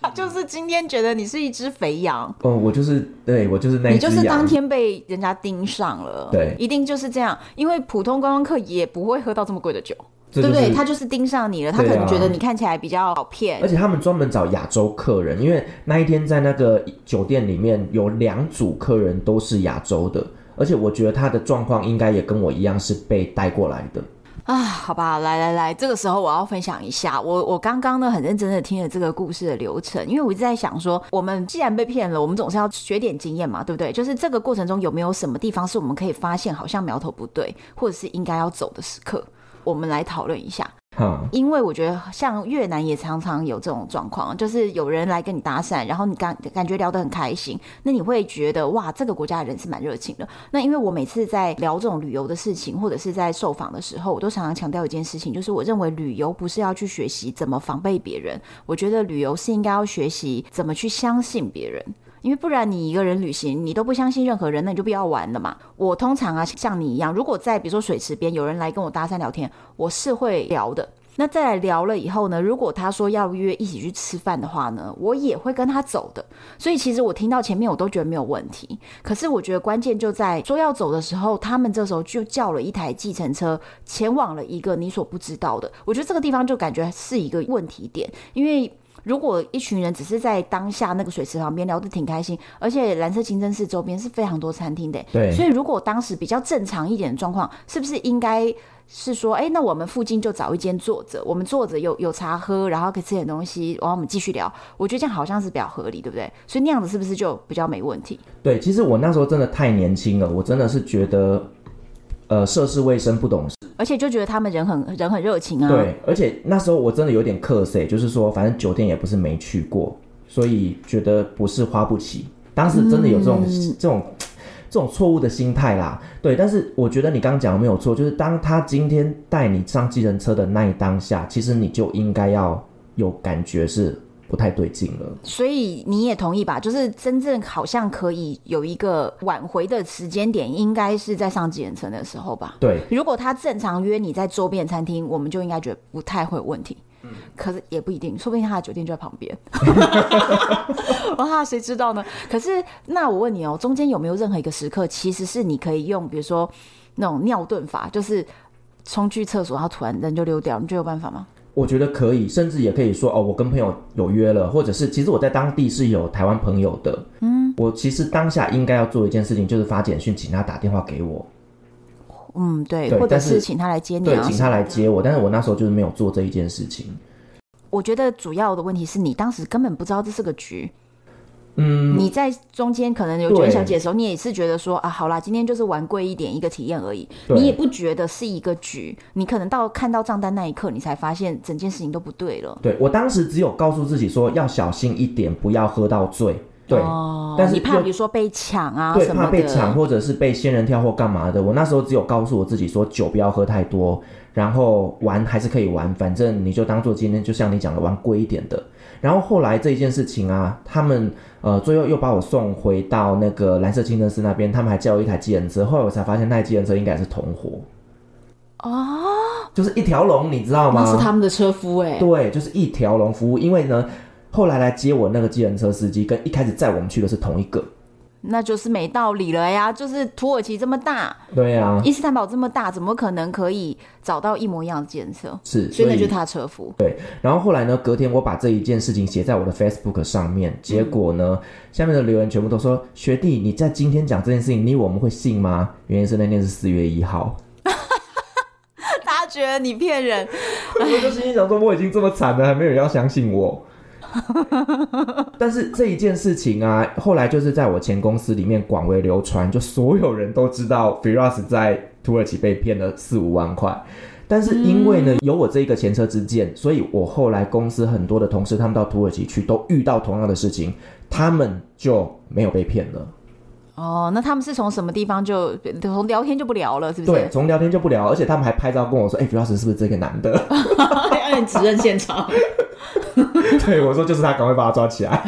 他就是今天觉得你是一只肥羊。哦，我就是对我就是那一你只就是羊当天被人家盯上了，对一定就是这样，因为普通观光客也不会喝到这么贵的酒，这对就不对？是他就是盯上你了，他可对啊能觉得你看起来比较好骗而，且他们专门找亚洲客人，因为那一天在那个酒店里面有两组客人都是亚洲的，而且我觉得他的状况应该也跟我一样是被带过来的。啊，好吧，来来来，这个时候我要分享一下，我我刚刚呢很认真的听了这个故事的流程，因为我一直在想说，我们既然被骗了，我们总是要学点经验嘛，对不对？就是这个过程中有没有什么地方是我们可以发现好像苗头不对，或者是应该要走的时刻，我们来讨论一下。哈、因为我觉得像越南也常常有这种状况，就是有人来跟你搭讪，然后你感感觉聊得很开心，那你会觉得哇，这个国家的人是蛮热情的。那因为我每次在聊这种旅游的事情，或者是在受访的时候，我都常常强调一件事情，就是我认为旅游不是要去学习怎么防备别人，我觉得旅游是应该要学习怎么去相信别人。因为不然你一个人旅行，你都不相信任何人，那你就不要玩了嘛。我通常啊，像你一样，如果在比如说水池边有人来跟我搭讪聊天，我是会聊的。那再来聊了以后呢，如果他说要约一起去吃饭的话呢，我也会跟他走的。所以其实我听到前面我都觉得没有问题，可是我觉得关键就在说要走的时候，他们这时候就叫了一台计程车前往了一个你所不知道的。我觉得这个地方就感觉是一个问题点，因为。如果一群人只是在当下那个水池旁边聊得挺开心，而且蓝色清真寺周边是非常多餐厅的，对所以如果当时比较正常一点的状况，是不是应该是说，哎，那我们附近就找一间坐着，我们坐着有有茶喝，然后可以吃点东西，然后我们继续聊。我觉得这样好像是比较合理，对不对？所以那样子是不是就比较没问题？对，其实我那时候真的太年轻了，我真的是觉得，呃，涉世未深，不懂事。而且就觉得他们人很人很热情啊。对，而且那时候我真的有点克谁，就是说，反正酒店也不是没去过，所以觉得不是花不起。当时真的有这种、这种这种错误的心态啦。对，但是我觉得你刚刚讲的没有错，就是当他今天带你上计程车的那一当下，其实你就应该要有感觉是不太对劲了。所以你也同意吧？就是真正好像可以有一个挽回的时间点，应该是在上几人成的时候吧？对，如果他正常约你在周边餐厅，我们就应该觉得不太会有问题。可是也不一定，说不定他的酒店就在旁边。哇，谁知道呢？可是那我问你哦，中间有没有任何一个时刻，其实是你可以用，比如说那种尿遁法，就是冲去厕所，然后突然人就溜掉，你觉得有办法吗？我觉得可以，甚至也可以说哦，我跟朋友有约了，或者是其实我在当地是有台湾朋友的，嗯，我其实当下应该要做一件事情，就是发简讯请他打电话给我，嗯，对，对或者但是是请他来接你对，啊请。他来接我，但是我那时候就是没有做这一件事情，我觉得主要的问题是你当时根本不知道这是个局，嗯，你在中间可能有觉得对小姐的时候，你也是觉得说啊，好啦，今天就是玩贵一点一个体验而已，对你也不觉得是一个局，你可能到看到账单那一刻，你才发现整件事情都不对了。对我当时只有告诉自己说要小心一点，不要喝到醉，对，哦但是你怕又比如说被抢啊对，什么怕的，被抢或者是被仙人跳或干嘛的。我那时候只有告诉我自己说，酒不要喝太多，然后玩还是可以玩，反正你就当做今天就像你讲的玩贵一点的。然后后来这一件事情啊，他们呃最后又把我送回到那个蓝色清真寺那边，他们还叫了一台计程车。后来我才发现，那台计程车应该是同伙哦，就是一条龙，你知道吗？那是他们的车夫哎、对，就是一条龙服务。因为呢，后来来接我那个计程车司机跟一开始载我们去的是同一个。那就是没道理了呀。就是土耳其这么大，对啊，伊斯坦堡这么大，怎么可能可以找到一模一样的建设？是，所以那就是以他的车 [LAUGHS] 夫。然后后来呢，隔天我把这一件事情写在我的 Facebook 上面，结果呢，下面的留言全部都说：“学弟，你在今天讲这件事情，你以为我们会信吗？”原因是那天是四月一号，大家觉得你骗人， [LAUGHS] 我就心里想说，我已经这么惨了，还没有人要相信我。但是这一件事情啊，后来就是在我前公司里面广为流传，就所有人都知道 Firas 在土耳其被骗了四五万块。但是因为呢，有我这一个前车之鉴，所以我后来公司很多的同事他们到土耳其去都遇到同样的事情，他们就没有被骗了。哦，那他们是从什么地方就从聊天就不聊了，是不对， [LAUGHS] 是？从聊天就不聊，而且他们还拍照跟我说：“哎、f i r a s 是不是这个男的？”对，按指认现场。 [LAUGHS] 对我说：“就是他，赶快把他抓 [LAUGHS] 起来。”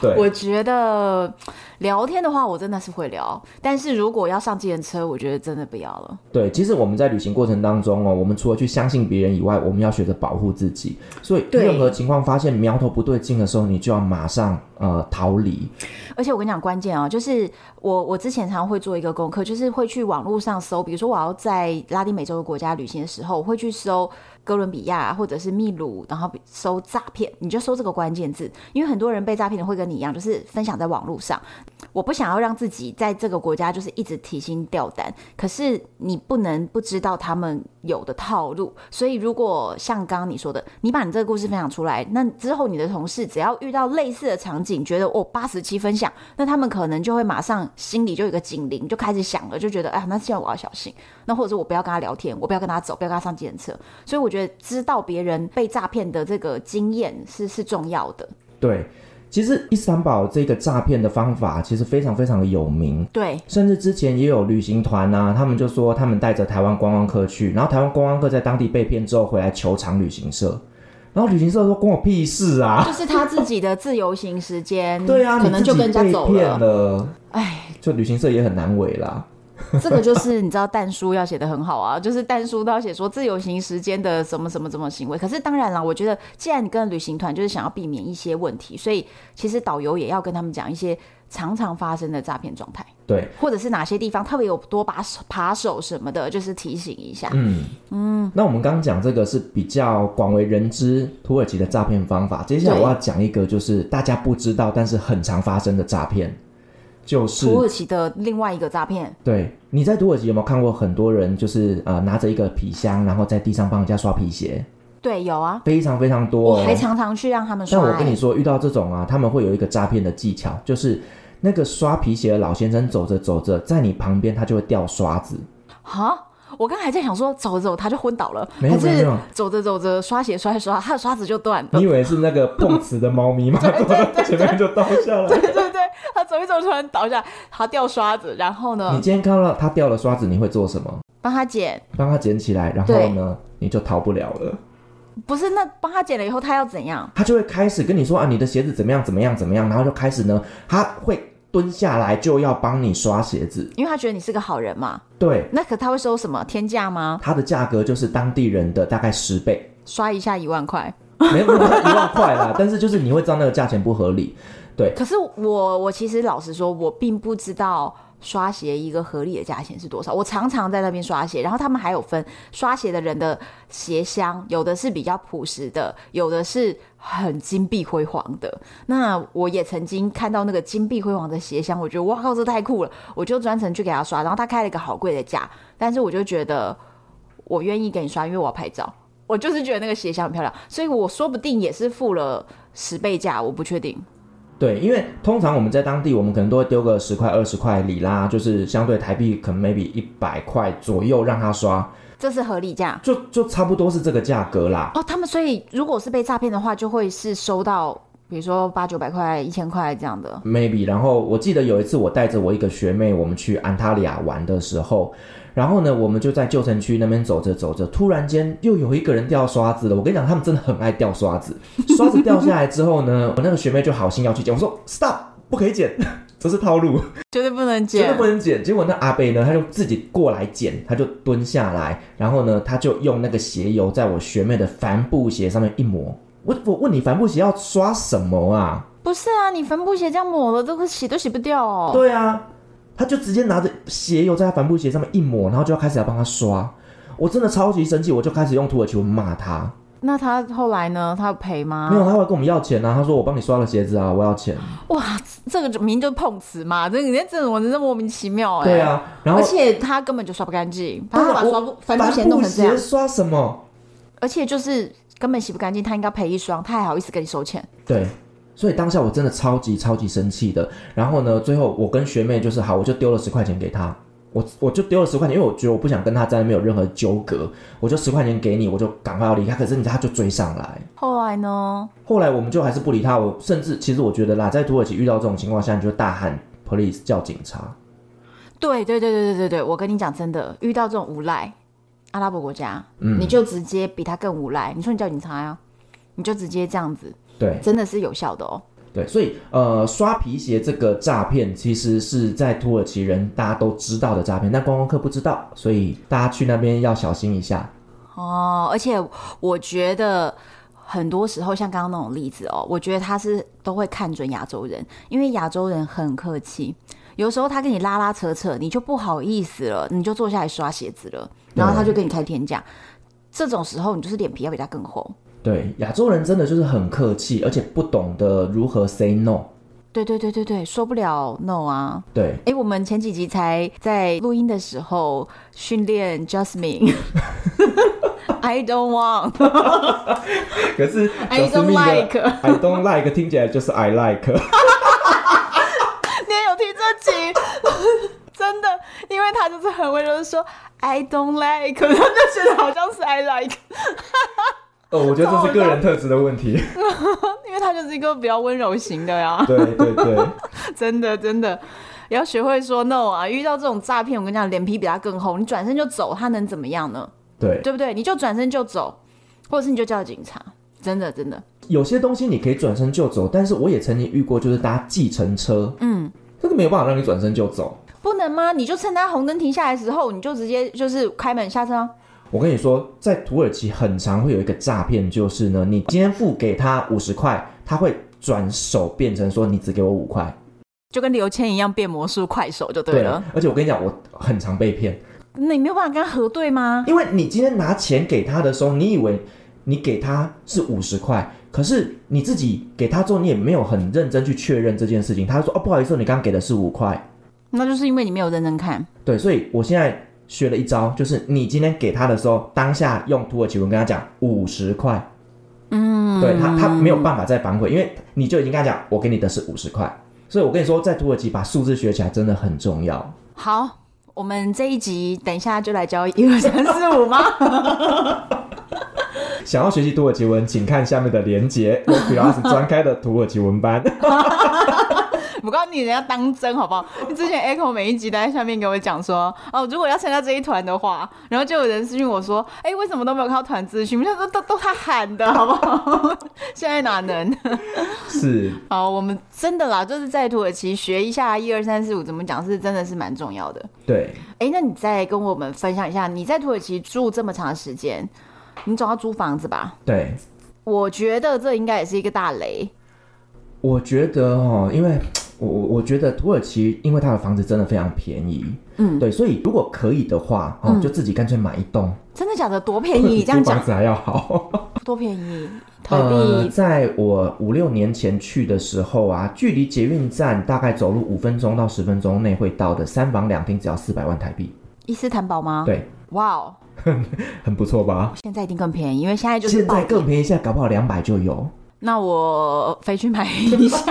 对，我觉得聊天的话，我真的是会聊，但是如果要上计程车，我觉得真的不要了。对，其实我们在旅行过程当中哦，我们除了去相信别人以外，我们要学着保护自己。所以对任何情况发现苗头不对劲的时候，你就要马上呃逃离。而且我跟你讲，关键啊、就是我我之前常常会做一个功课，就是会去网络上搜，比如说我要在拉丁美洲的国家旅行的时候，我会去搜哥伦比亚或者是秘鲁，然后搜诈骗，你就搜这个关键字，因为很多人被诈骗的会跟你一样，就是分享在网络上。我不想要让自己在这个国家就是一直提心吊胆，可是你不能不知道他们有的套路。所以，如果像刚刚你说的，你把你这个故事分享出来，那之后你的同事只要遇到类似的场景，觉得哦八十七分享，那他们可能就会马上心里就有一个警铃，就开始响了，就觉得哎呀，那现在我要小心。那或者是我不要跟他聊天，我不要跟他走，不要跟他上计程车。所以我觉得知道别人被诈骗的这个经验是是重要的。对，其实伊斯坦堡这个诈骗的方法其实非常非常的有名。对，甚至之前也有旅行团啊，他们就说他们带着台湾观光客去，然后台湾观光客在当地被骗之后回来求偿旅行社，然后旅行社说关我屁事啊，就是他自己的自由行时间，对啊，嗯可能你就自跟己人家走被骗了。了，哎，就旅行社也很难为啦。这个就是你知道，蛋书要写的很好啊，就是蛋书都要写说自由行时间的什么什么什么行为。可是当然啦，我觉得既然你跟旅行团就是想要避免一些问题，所以其实导游也要跟他们讲一些常常发生的诈骗状态，对，或者是哪些地方特别有多把手扒手什么的，就是提醒一下。嗯嗯，那我们刚刚讲这个是比较广为人知土耳其的诈骗方法，接下来对我要讲一个就是大家不知道但是很常发生的诈骗，就是土耳其的另外一个诈骗，对你在土耳其有没有看过很多人就是呃拿着一个皮箱，然后在地上帮人家刷皮鞋，对，有啊，非常非常多、我哦。还常常去让他们但刷、我跟你欸。说，遇到这种啊，他们会有一个诈骗的技巧，就是那个刷皮鞋的老先生走着走着，在你旁边他就会掉刷子。哈，我刚才还在想说，走着走他就昏倒了，没有还没有是没有走着走着刷鞋刷一刷，他的刷子就断了你。以为是那个碰瓷的猫 [LAUGHS] 咪吗？怎么在 [LAUGHS] 前面就倒下来？对对对，他走一走突然倒下，他掉刷子，然后你呢今天看到他掉了刷子，你会做什么？帮他捡。帮他捡起来，然后呢，你就逃不了了。不是，那帮他剪了以后，他要怎样？他就会开始跟你说啊，你的鞋子怎么样怎么样怎么样，然后就开始呢，他会蹲下来就要帮你刷鞋子，因为他觉得你是个好人嘛。对，那可他会收什么天价吗？它的价格就是当地人的大概十倍，刷一下一万块。没有没有到一万块啦，但是就是你会知道那个价钱不合理，对，可是我我其实老实说，我并不知道刷鞋一个合理的价钱是多少。我常常在那边刷鞋，然后他们还有分刷鞋的人的鞋箱，有的是比较朴实的，有的是很金碧辉煌的。那我也曾经看到那个金碧辉煌的鞋箱，我觉得哇靠，这太酷了！我就专程去给他刷，然后他开了一个好贵的价，但是我就觉得我愿意给你刷，因为我要拍照。我就是觉得那个鞋箱很漂亮，所以我说不定也是付了十倍价，我不确定。对，因为通常我们在当地，我们可能都会丢个十块、二十块里拉，就是相对台币可能 maybe 一百块左右让他刷，这是合理价就就差不多是这个价格啦。哦。他们所以如果是被诈骗的话，就会是收到比如说八九百块、一千块这样的。 maybe，然后我记得有一次我带着我一个学妹，我们去安塔利亚玩的时候，然后呢，我们就在旧城区那边走着走着，突然间又有一个人掉刷子了。我跟你讲，他们真的很爱掉刷子，刷子掉下来之后呢，我那个学妹就好心要去捡，我说 stop，不可以捡，这是套路。绝对不能真的不能捡。结果那阿贝呢，他就自己过来捡，他就蹲下来，然后呢，他就用那个鞋油在我学妹的帆布鞋上面一抹。我我问你，帆布鞋要刷什么啊？不是啊，你帆布鞋这样抹了，这个洗都洗不掉哦。对啊，他就直接拿着鞋油在他帆布鞋上面一抹，然后就要开始来帮他刷。我真的超级生气，我就开始用土耳其文骂他。那他后来呢？他有赔吗？没有，他会跟我们要钱啊。他说我帮你刷了鞋子啊，我要钱。哇，这个明明就是碰瓷嘛，这个这种人真的莫名其妙哎、对，啊，然后而且他根本就刷不干净，他对啊把我刷不帆帆布鞋弄成这样鞋，刷什么？而且就是根本洗不干净，他应该赔一双，他还好意思跟你收钱。对，所以当下我真的超级超级生气的。然后呢，最后我跟学妹就是好，我就丢了十块钱给她，我我就丢了十块钱，因为我觉得我不想跟她在那边有任何纠葛，我就十块钱给你，我就赶快要离开。可是你知道她就追上来，后来呢？后来我们就还是不理她。我甚至其实我觉得啦，在土耳其遇到这种情况下，你就大喊 police 叫警察。对对对对对对对，我跟你讲，真的遇到这种无赖，阿拉伯国家，嗯你就直接比他更无赖。你说你叫警察呀、你就直接这样子，对真的是有效的哦。对，所以呃，刷皮鞋这个诈骗其实是在土耳其人大家都知道的诈骗，但观光客不知道，所以大家去那边要小心一下。哦，而且我觉得很多时候像刚刚那种例子哦，我觉得他是都会看准亚洲人，因为亚洲人很客气。有时候他跟你拉拉扯扯，你就不好意思了，你就坐下来刷鞋子了，然后他就跟你开天价。这种时候，你就是脸皮要比他更厚。对，亚洲人真的就是很客气，而且不懂得如何 say no。对对对对对，说不了 no 啊。对，哎、我们前几集才在录音的时候训练 Jasmine。I don't want, 可是 I don't like。 I don't like 听起来就是 I [LAUGHS] like。你也有听这集？真的，因为他就是很温柔的说 I don't like，然后就觉得好像是 I like，哦，我觉得这是个人特质的问题。因为他就是一个比较温柔型的呀，对对对，真的真的。也要学会说 no 啊！遇到这种诈骗，我跟你讲，脸皮比他更厚，你转身就走，他能怎么样呢？对，对不对？你就转身就走，或者是你就叫警察，真的真的。有些东西你可以转身就走，但是我也曾经遇过，就是搭计程车，嗯，这个没有办法让你转身就走。不能吗？你就趁他红灯停下来的时候，你就直接就是开门下车啊。我跟你说，在土耳其很常会有一个诈骗，就是呢，你今天付给他五十块，他会转手变成说你只给我五块。就跟刘谦一样变魔术快手就对了，而且我跟你讲，我很常被骗。那你没有办法跟他核对吗？因为你今天拿钱给他的时候，你以为你给他是五十块，可是你自己给他之后，你也没有很认真去确认这件事情。他就说：“哦，不好意思，你刚给的是五块。那就是因为你没有认真看。”对，所以我现在学了一招，就是你今天给他的时候，当下用土耳其文跟他讲五十块。嗯，对他，他没有办法再反悔，因为你就已经跟他讲，我给你的是五十块。所以我跟你说，在土耳其把数字学起来真的很重要。好，我们这一集等一下就来教一二三四五吗？ [LAUGHS] 想要学习土耳其 [LAUGHS] 文，请看下面的连结，我 p l u s 专开的土耳其文班。我告诉你，人家当真好不好？你之前 Echo 每一集都在下面给我讲说，哦，如果要参加这一团的话，然后就有人私讯我说，哎、为什么都没有看到团资讯？我想说都都他喊的好不好？ [LAUGHS] 现在哪能？是好，我们真的啦，就是在土耳其学一下一二三四五怎么讲，是真的是蛮重要的。对。哎、那你再跟我们分享一下，你在土耳其住这么长时间，你总要租房子吧？对，我觉得这应该也是一个大雷。我觉得哦，因为我我我觉得土耳其，因为它的房子真的非常便宜，嗯，对，所以如果可以的话，哦，就自己干脆买一栋，真的假的？多便宜？比哎你这样租讲 [LAUGHS] 房子还要好。 [LAUGHS] 多便宜？台呃，币在我五六年前去的时候啊，距离捷运站大概走路五分钟到十分钟内会到的三房两厅，只要四百万台币，伊斯坦堡吗？，对，哇哦，很不错吧？现在一定更便宜，因为现在就是现在暴更便宜，现在搞不好两百就有。那我飞去买一 [LAUGHS] 下。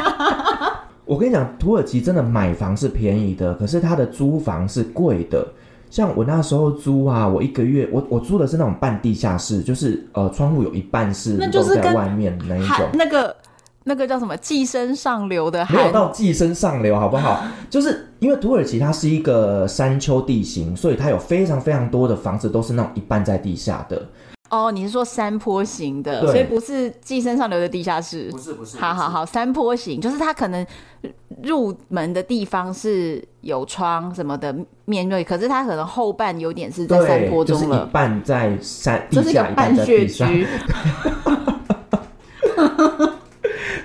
我跟你讲，土耳其真的买房是便宜的，可是它的租房是贵的。像我那时候租啊，我一个月我我租的是那种半地下室，就是呃窗户有一半是那就是露在跟外面那一种韩，那个那个叫什么寄生上流的没有韩到寄生上流，好不 [LAUGHS] 好？就是因为土耳其它是一个山丘地形，所以它有非常非常多的房子都是那种一半在地下的。哦，你是说山坡型的，对所以不是寄生上流的地下室？是不是好好，好，山坡型就是它可能入门的地方是有窗什么的面对，可是它可能后半有点是在山坡对，就是中一了，半在山地这是一个下，一半半在穴地上。居。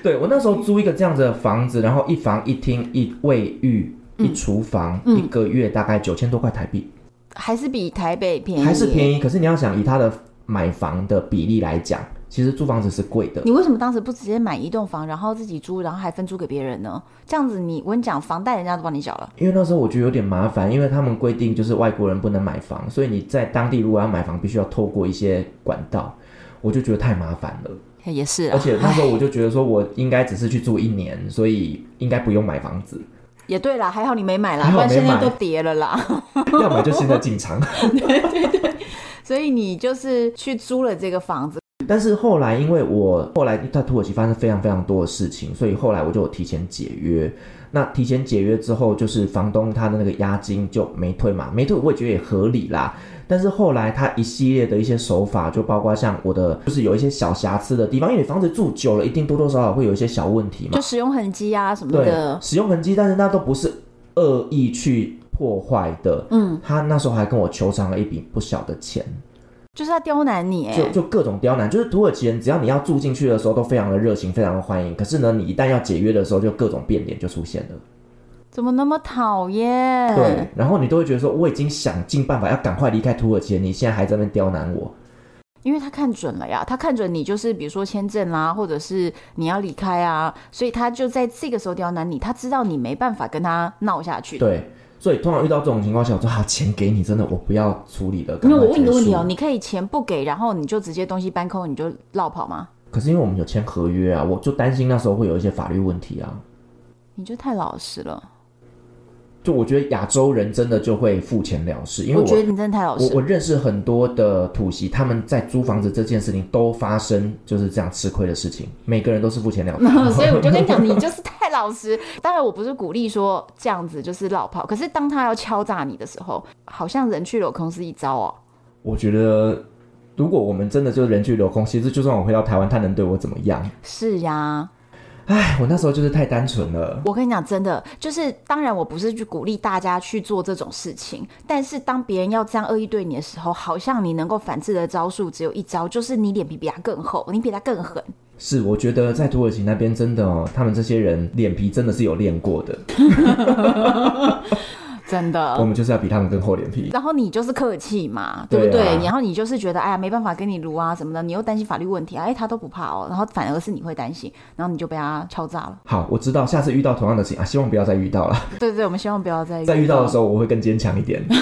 对我那时候租一个这样子的房子，然后一房一厅一卫浴一厨房，嗯一个月大概九千多块台币，还是比台北便宜，还是宜。便宜。可是你要想以它的买房的比例来讲，其实租房子是贵的。你为什么当时不直接买一栋房，然后自己租，然后还分租给别人呢？这样子你，我跟你讲，房贷人家都帮你缴了。因为那时候我觉得有点麻烦，因为他们规定就是外国人不能买房，所以你在当地如果要买房，必须要透过一些管道。我就觉得太麻烦了，也是而啊，且那时候我就觉得说，我应该只是去住一年，所以应该不用买房子， [LAUGHS] 也对啦，还好你没买啦，还不好然没现在买都跌了啦。要买就现在进场。所以你就是去租了这个房子，但是后来，因为我后来在土耳其发生非常非常多的事情，所以后来我就有提前解约。那提前解约之后，就是房东他的那个押金就没退嘛，没退我也觉得也合理啦。但是后来他一系列的一些手法，就包括像我的，就是有一些小瑕疵的地方，因为你房子住久了，一定多多少少会有一些小问题嘛就。使用痕迹啊什么对的，，使用痕迹，但是那都不是恶意去破坏的。嗯，他那时候还跟我求偿了一笔不小的钱。就是他刁难你、就哎，就各种刁难，就是土耳其人，只要你要住进去的时候都非常的热情，非常的欢迎。可是呢，你一旦要解约的时候，就各种变脸就出现了。怎么那么讨厌？对，，然后你都会觉得说，我已经想尽办法要赶快离开土耳其了，你现在还在那边刁难我。因为他看准了呀，他看准你就是比如说签证啦、或者是你要离开啊，所以他就在这个时候刁难你，他知道你没办法跟他闹下去。对，所以通常遇到这种情况下，我说好，钱给你，真的我不要处理了。赶因为快我问你个问题结哦，束你可以钱不给，然后你就直接东西搬空，你就绕跑吗？可是因为我们有签合约啊，我就担心那时候会有一些法律问题啊。你就太老实了，就我觉得亚洲人真的就会付钱了事，因为我我觉得你真的太老我实了。我认识很多的土席，他们在租房子这件事情都发生就是这样吃亏的事情，每个人都是付 [LAUGHS] 钱了事。所以我就跟你讲，你就是太老实。当然，我不是鼓励说这样子就是绕跑，可是当他要敲诈你的时候，好像人去楼空是一招哦。我觉得，如果我们真的就是人去楼空，其实就算我回到台湾，他能对我怎么样？ [SIGHS] 是呀，唉，我那时候就是太单纯了。我跟你讲，真的就是，当然我不是去鼓励大家去做这种事情，但是当别人要这样恶意对你的时候，好像你能够反制的招数只有一招，就是你脸皮比他更厚，你比他更狠。是，我觉得在土耳其那边真的哦，他们这些人脸皮真的是有练过的，真我的。们就是要比他们更厚脸皮。然后你就是客气嘛，对不对？对啊然后你就是觉得哎呀没办法跟你撸啊什么的，你又担心法律问题啊，哎他都不怕哦，然后反而是你会担心，然后你就被他敲诈 [LAUGHS] 了。好，我知道，下次遇到同样的事情啊，希望不要再遇到了。对 [LAUGHS] 对，我们希望不要再再遇到的时候，候，我会更坚强一点。 [LAUGHS]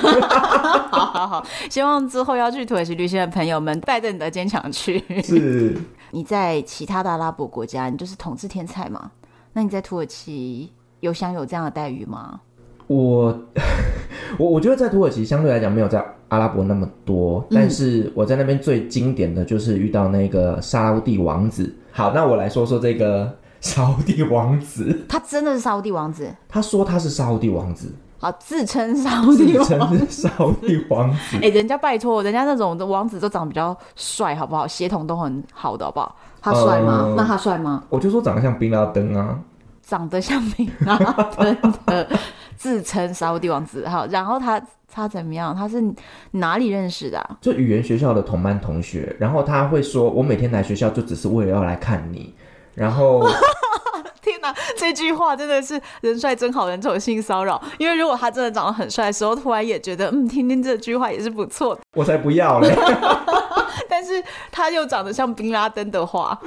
好好好，希望之后要去土耳其旅行的朋友们带着你的坚强去。 [LAUGHS] 是，你在其他的阿拉伯国家，你就是统治天才嘛？那你在土耳其有享有这样的待遇吗？我 [LAUGHS] 我我觉得在土耳其相对来讲没有在阿拉伯那么多，但是我在那边最经典的就是遇到那个沙烏地王子。好，那我来说说这个。沙烏地王子。他真的是沙烏地王子，他说他是沙烏地王子，好自称沙烏地自王称子。是沙烏地王子哎、。 [LAUGHS] 人家拜托，人家那种王子都长得比较帅，好不好？血统都很好的，好不好？呃他帅吗？嗯那他帅吗？我就说长得像宾拉登啊，长得像米拉登 [LAUGHS] 的自称沙烏地王子，好，然后他他怎么样？他是哪里认识的啊、就语言学校的同班同学，然后他会说，我每天来学校就只是为了要来看你，然后天哪，这句话真的是人帅真好人丑性骚扰。因为如果他真的长得很帅的时候，突然也觉得嗯，听听这句话也是不错的。我才不要 [LAUGHS] 嘞，但是他又长得像宾拉登的话，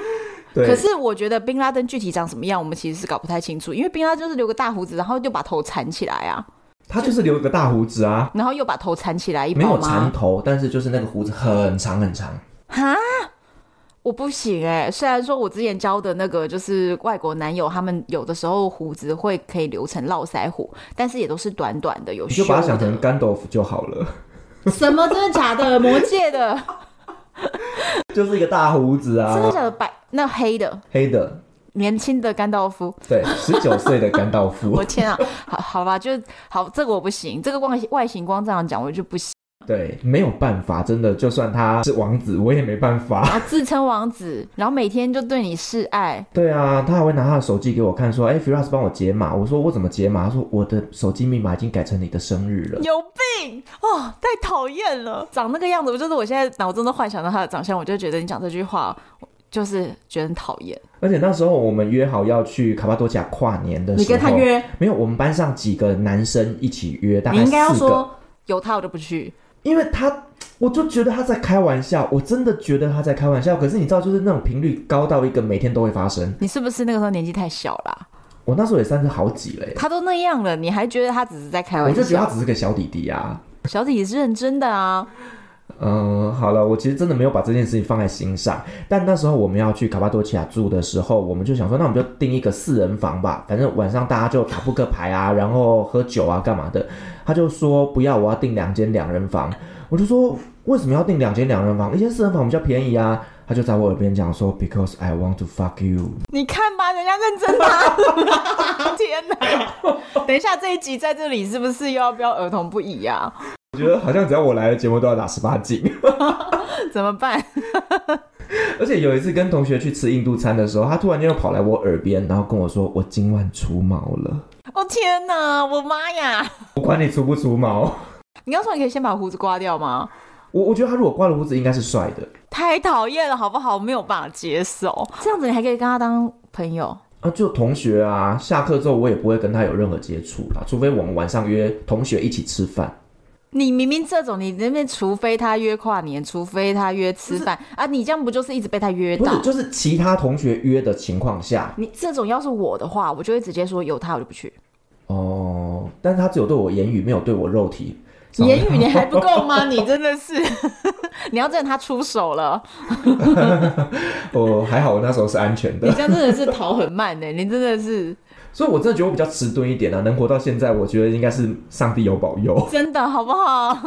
对，可是我觉得宾拉登具体长什么样，我们其实是搞不太清楚，因为宾拉登就是留个大胡子，然后就把头缠起来啊，他就是留个大胡子啊，然后又把头缠起来一没包有缠吗？头，但是就是那个胡子很长很长。哈。我不行哎、虽然说我之前交的那个就是外国男友，他们有的时候胡子会可以留成络腮胡，但是也都是短短的，有你就修把它想的。成甘道夫就好了， [LAUGHS] 什么？真的假的？魔 [LAUGHS] 界的？啊就是一个大胡子真的啊，假的？白那黑的，黑的，年轻的甘道 [LAUGHS] 夫。对，十九岁的甘道夫我，天啊！好好吧，就好，这个我不行，这个外外形光这样讲我就不行。 [LAUGHS] 对，没有办法，真的，就算他是王子，我也没办法。 [LAUGHS] 啊，自称王子，然后每天就对你示爱，对啊，他还会拿他的手机给我看，说：“哎、f i r a s 帮我解码。”我说：“我怎么解码？”他说：“我的手机密码已经改成你的生日 [GASPS] 了。有病哦，太讨厌了！长那个样子，我就是我现在脑中都幻想到他的长相，我就觉得你讲这句话，我就是觉得很讨厌。”而且那时候我们约好要去卡巴多奇亚跨年的时候，你跟他约，没有？我们班上几个男生一起约，大你概应该要四个。说有他我就不去，因为他，我就觉得他在开玩笑，我真的觉得他在开玩笑。可是你知道，就是那种频率高到一个每天都会发生。你是不是那个时候年纪太小啦、我那时候也三十好几嘞，他都那样了，你还觉得他只是在开我玩就觉得笑？他只是个小弟弟啊。小姐也是认真的啊。嗯，好了，我其实真的没有把这件事情放在心上。但那时候我们要去卡巴多奇亚住的时候，我们就想说，那我们就订一个四人房吧，反正晚上大家就打扑克牌啊，然后喝酒啊，干嘛的。他就说不要，我要订两间两人房。我就说为什么要订两间两人房？一间四人房比较便宜啊。他就在我耳边讲说，Because 哎 I want to fuck you。 [LAUGHS] 你看吧，人家认真打。天哪！等一下这一集在这里是不是又要标儿童不宜啊？我觉得好像只要我来了节目都要打十八禁。 [LAUGHS] 怎么办？而且有一次跟同学去吃印度餐的时候，他突然间又跑来我耳边，然后跟我说：“我今晚除毛了。哦天哪！我妈呀！”我管你除不除毛，你刚说你可以先把胡子刮掉吗？我我觉得他如果刮了胡子，应该是帅的太讨厌了，好不好？我没有办法接受。这样子你还可以跟他当朋友？啊，就同学啊。下课之后我也不会跟他有任何接触啦，除非我们晚上约同学一起吃饭。你明明这种，你那边除非他约跨年，除非他约吃饭啊，你这样不就是一直被他约不到是，？就是其他同学约的情况下你这种要是我的话，我就会直接说有他我就不去。哦，但是他只有对我言语，没有对我肉体。言语你还不够吗？你真的是， [LAUGHS] 你要真的他出手了，哦，还好我那时候是安全你的，这样真的是逃很慢呢、你真的是所以我真的觉得我比较迟钝一点啊，能活到现在，我觉得应该是上帝有保佑。真的好不 [LAUGHS] 好？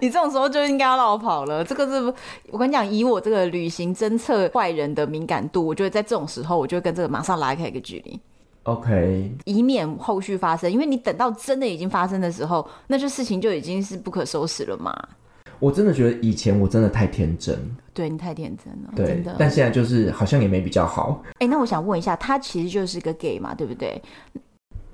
你这种时候就应该要绕跑了。这个是我跟你讲，以我这个旅行侦测坏人的敏感度，我觉得在这种时候，我就会跟这个马上拉开一个距离， OK，以免后续发生。因为你等到真的已经发生的时候，那就事情就已经是不可收拾了嘛。我真的觉得以前我真的太天真，对你太天真了，对哦真的，。但现在就是好像也没比较好，哎、那我想问一下，他其实就是个 gay 嘛，对不对？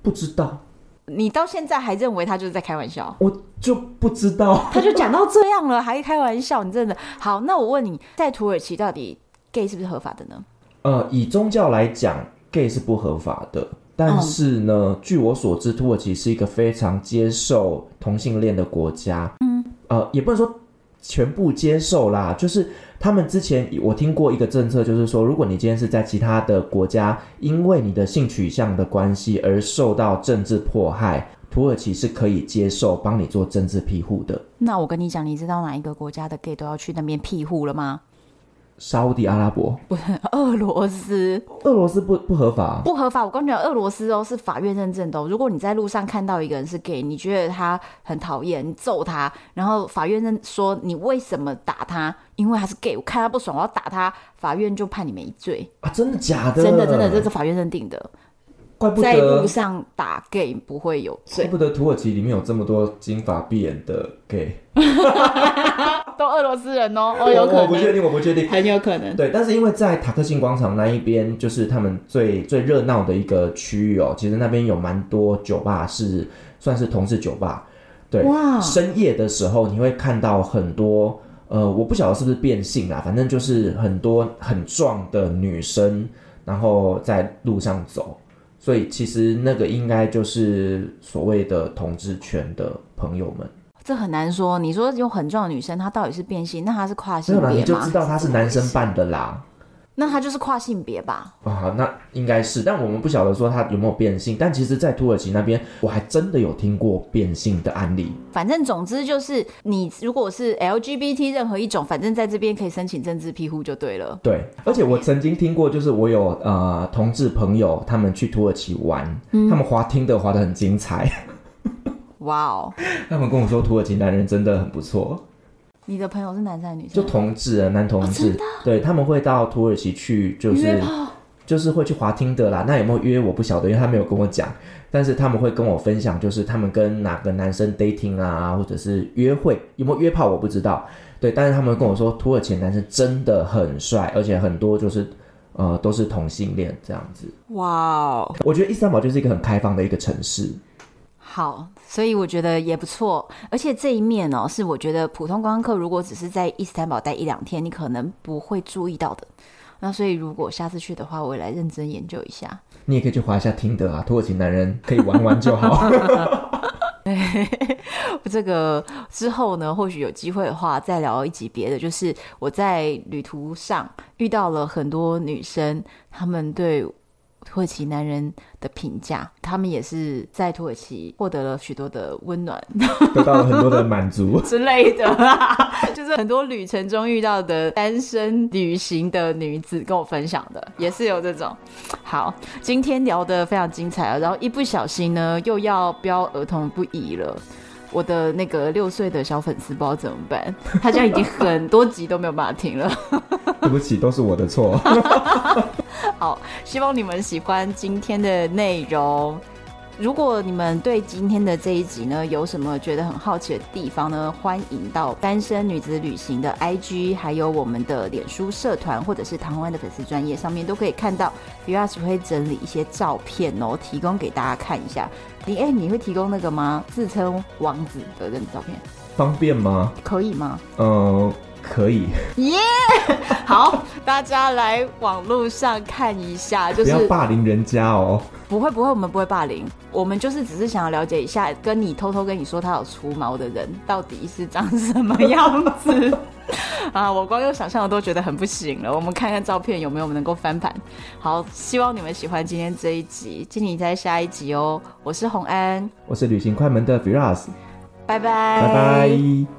不知道，你到现在还认为他就是在开玩笑？我就不知道。他就讲到这样了，还开玩笑，你真的好？那我问你，在土耳其到底 gay 是不是合法的呢？呃，以宗教来讲，gay 是不合法的，但是呢，嗯据我所知，土耳其是一个非常接受同性恋的国家。嗯，呃，也不能说全部接受啦，就是他们之前我听过一个政策，就是说，如果你今天是在其他的国家，因为你的性取向的关系而受到政治迫害，土耳其是可以接受帮你做政治庇护的。嗯那我跟你讲，你知道哪一个国家的 gay 都要去那边庇护了吗？沙地阿拉伯、 [LAUGHS] 俄罗斯俄罗斯不不合法，不合法。我跟你讲，俄罗斯哦是法院认证的、哦。如果你在路上看到一个人是 gay，你觉得他很讨厌，你揍他，然后法院认说你为什么打他？因为他是 gay，我看他不爽，我要打他，法院就判你没罪。啊！真的假的？真的真的，这是法院认定的，怪不在路得上打 gay 不会有怪罪。不得土耳其里面有这么多金发碧眼的 gay，都俄罗斯人哦，哦，我有可我不确能，定，我不确定。很有可能。对，但是因为在塔克辛广场那一边，就是他们最最热闹的一个区域哦。其实那边有蛮多酒吧是算是同志酒吧，对。哇深夜的时候你会看到很多，呃，我不晓得是不是变性啦，反正就是很多很壮的女生，然后在路上走。所以其实那个应该就是所谓的同志圈的朋友们，这很难说。你说有很壮的女生，她到底是变性？那她是跨没性有啦，你别就吗知？道他是男生扮的啦。那她就是跨性别吧？啊，那应该是，但我们不晓得说它有没有变性。但其实，在土耳其那边，我还真的有听过变性的案例。反正总之就是，你如果是 LGBT 任何一种，反正在这边可以申请政治庇护就对了。对，而且我曾经听过，就是我有呃同志朋友，他们去土耳其玩，他们滑听的滑得很精彩， [LAUGHS] 哇哦，他们跟我说土耳其男人真的很不错，你的朋友是男生还是女就生？同志啊，男同志，对他们会到土耳其去，就是就是会去滑听的啦。那有没有约我不晓得，因为他没有跟我讲。但是他们会跟我分享，就是他们跟哪个男生 dating 啊，或者是约会，有没有约炮我不知道。对，但是他们跟我说，土耳其男生真的很帅，而且很多就是呃都是同性恋这样子。哇哦，我觉得伊斯坦堡就是一个很开放的一个城市。好，所以我觉得也不错。而且这一面哦，是我觉得普通观光客如果只是在伊斯坦堡待一两天，你可能不会注意到的。那所以如果下次去的话，我也来认真研究一下。 [LAUGHS] 你也可以去滑一下听的啊，土耳其男人可以玩玩 [LAUGHS] 就好。这个之后呢，或许有机会的话，再聊一集别的。就是我在旅途上遇到了很多女生，她们对土耳其男人的评价，她们也是在土耳其获得了许多的温暖得到了很多的满足。之类的 [LAUGHS] 啦。就是很多旅程中遇到的单身旅行的女子跟我分享的，也是有这种。好，今天聊得非常精彩啊，然后一不小心呢，又要标儿童不宜了。我的那个六岁的小粉丝不知道怎么办，他这样已经很多集都没有办法听了。对不起，都是我的错。好，希望你们喜欢今天的内容。如果你们对今天的这一集呢有什么觉得很好奇的地方呢，欢迎到单身女子旅行的 IG，还有我们的脸书社团或者是唐红安的粉丝专业上面都可以看到。Firas 会整理一些照片哦，提供给大家看一下。你哎、你会提供那个吗？自称王子的人照片方便吗？可以吗？嗯、可以。好，大家来网络上看一下，就不要是霸凌人家哦。不会不会，我们不会霸凌，我们就是只是想要了解一下，跟你偷偷跟你说他有除毛的人到底是长什么样子啊！我光用想象的都觉得很不行了。我们看看照片有没有能够翻盘。好，希望你们喜欢今天这一集，敬你在下一集哦。我是红安，我是旅行快门的 Firas，拜拜，拜拜。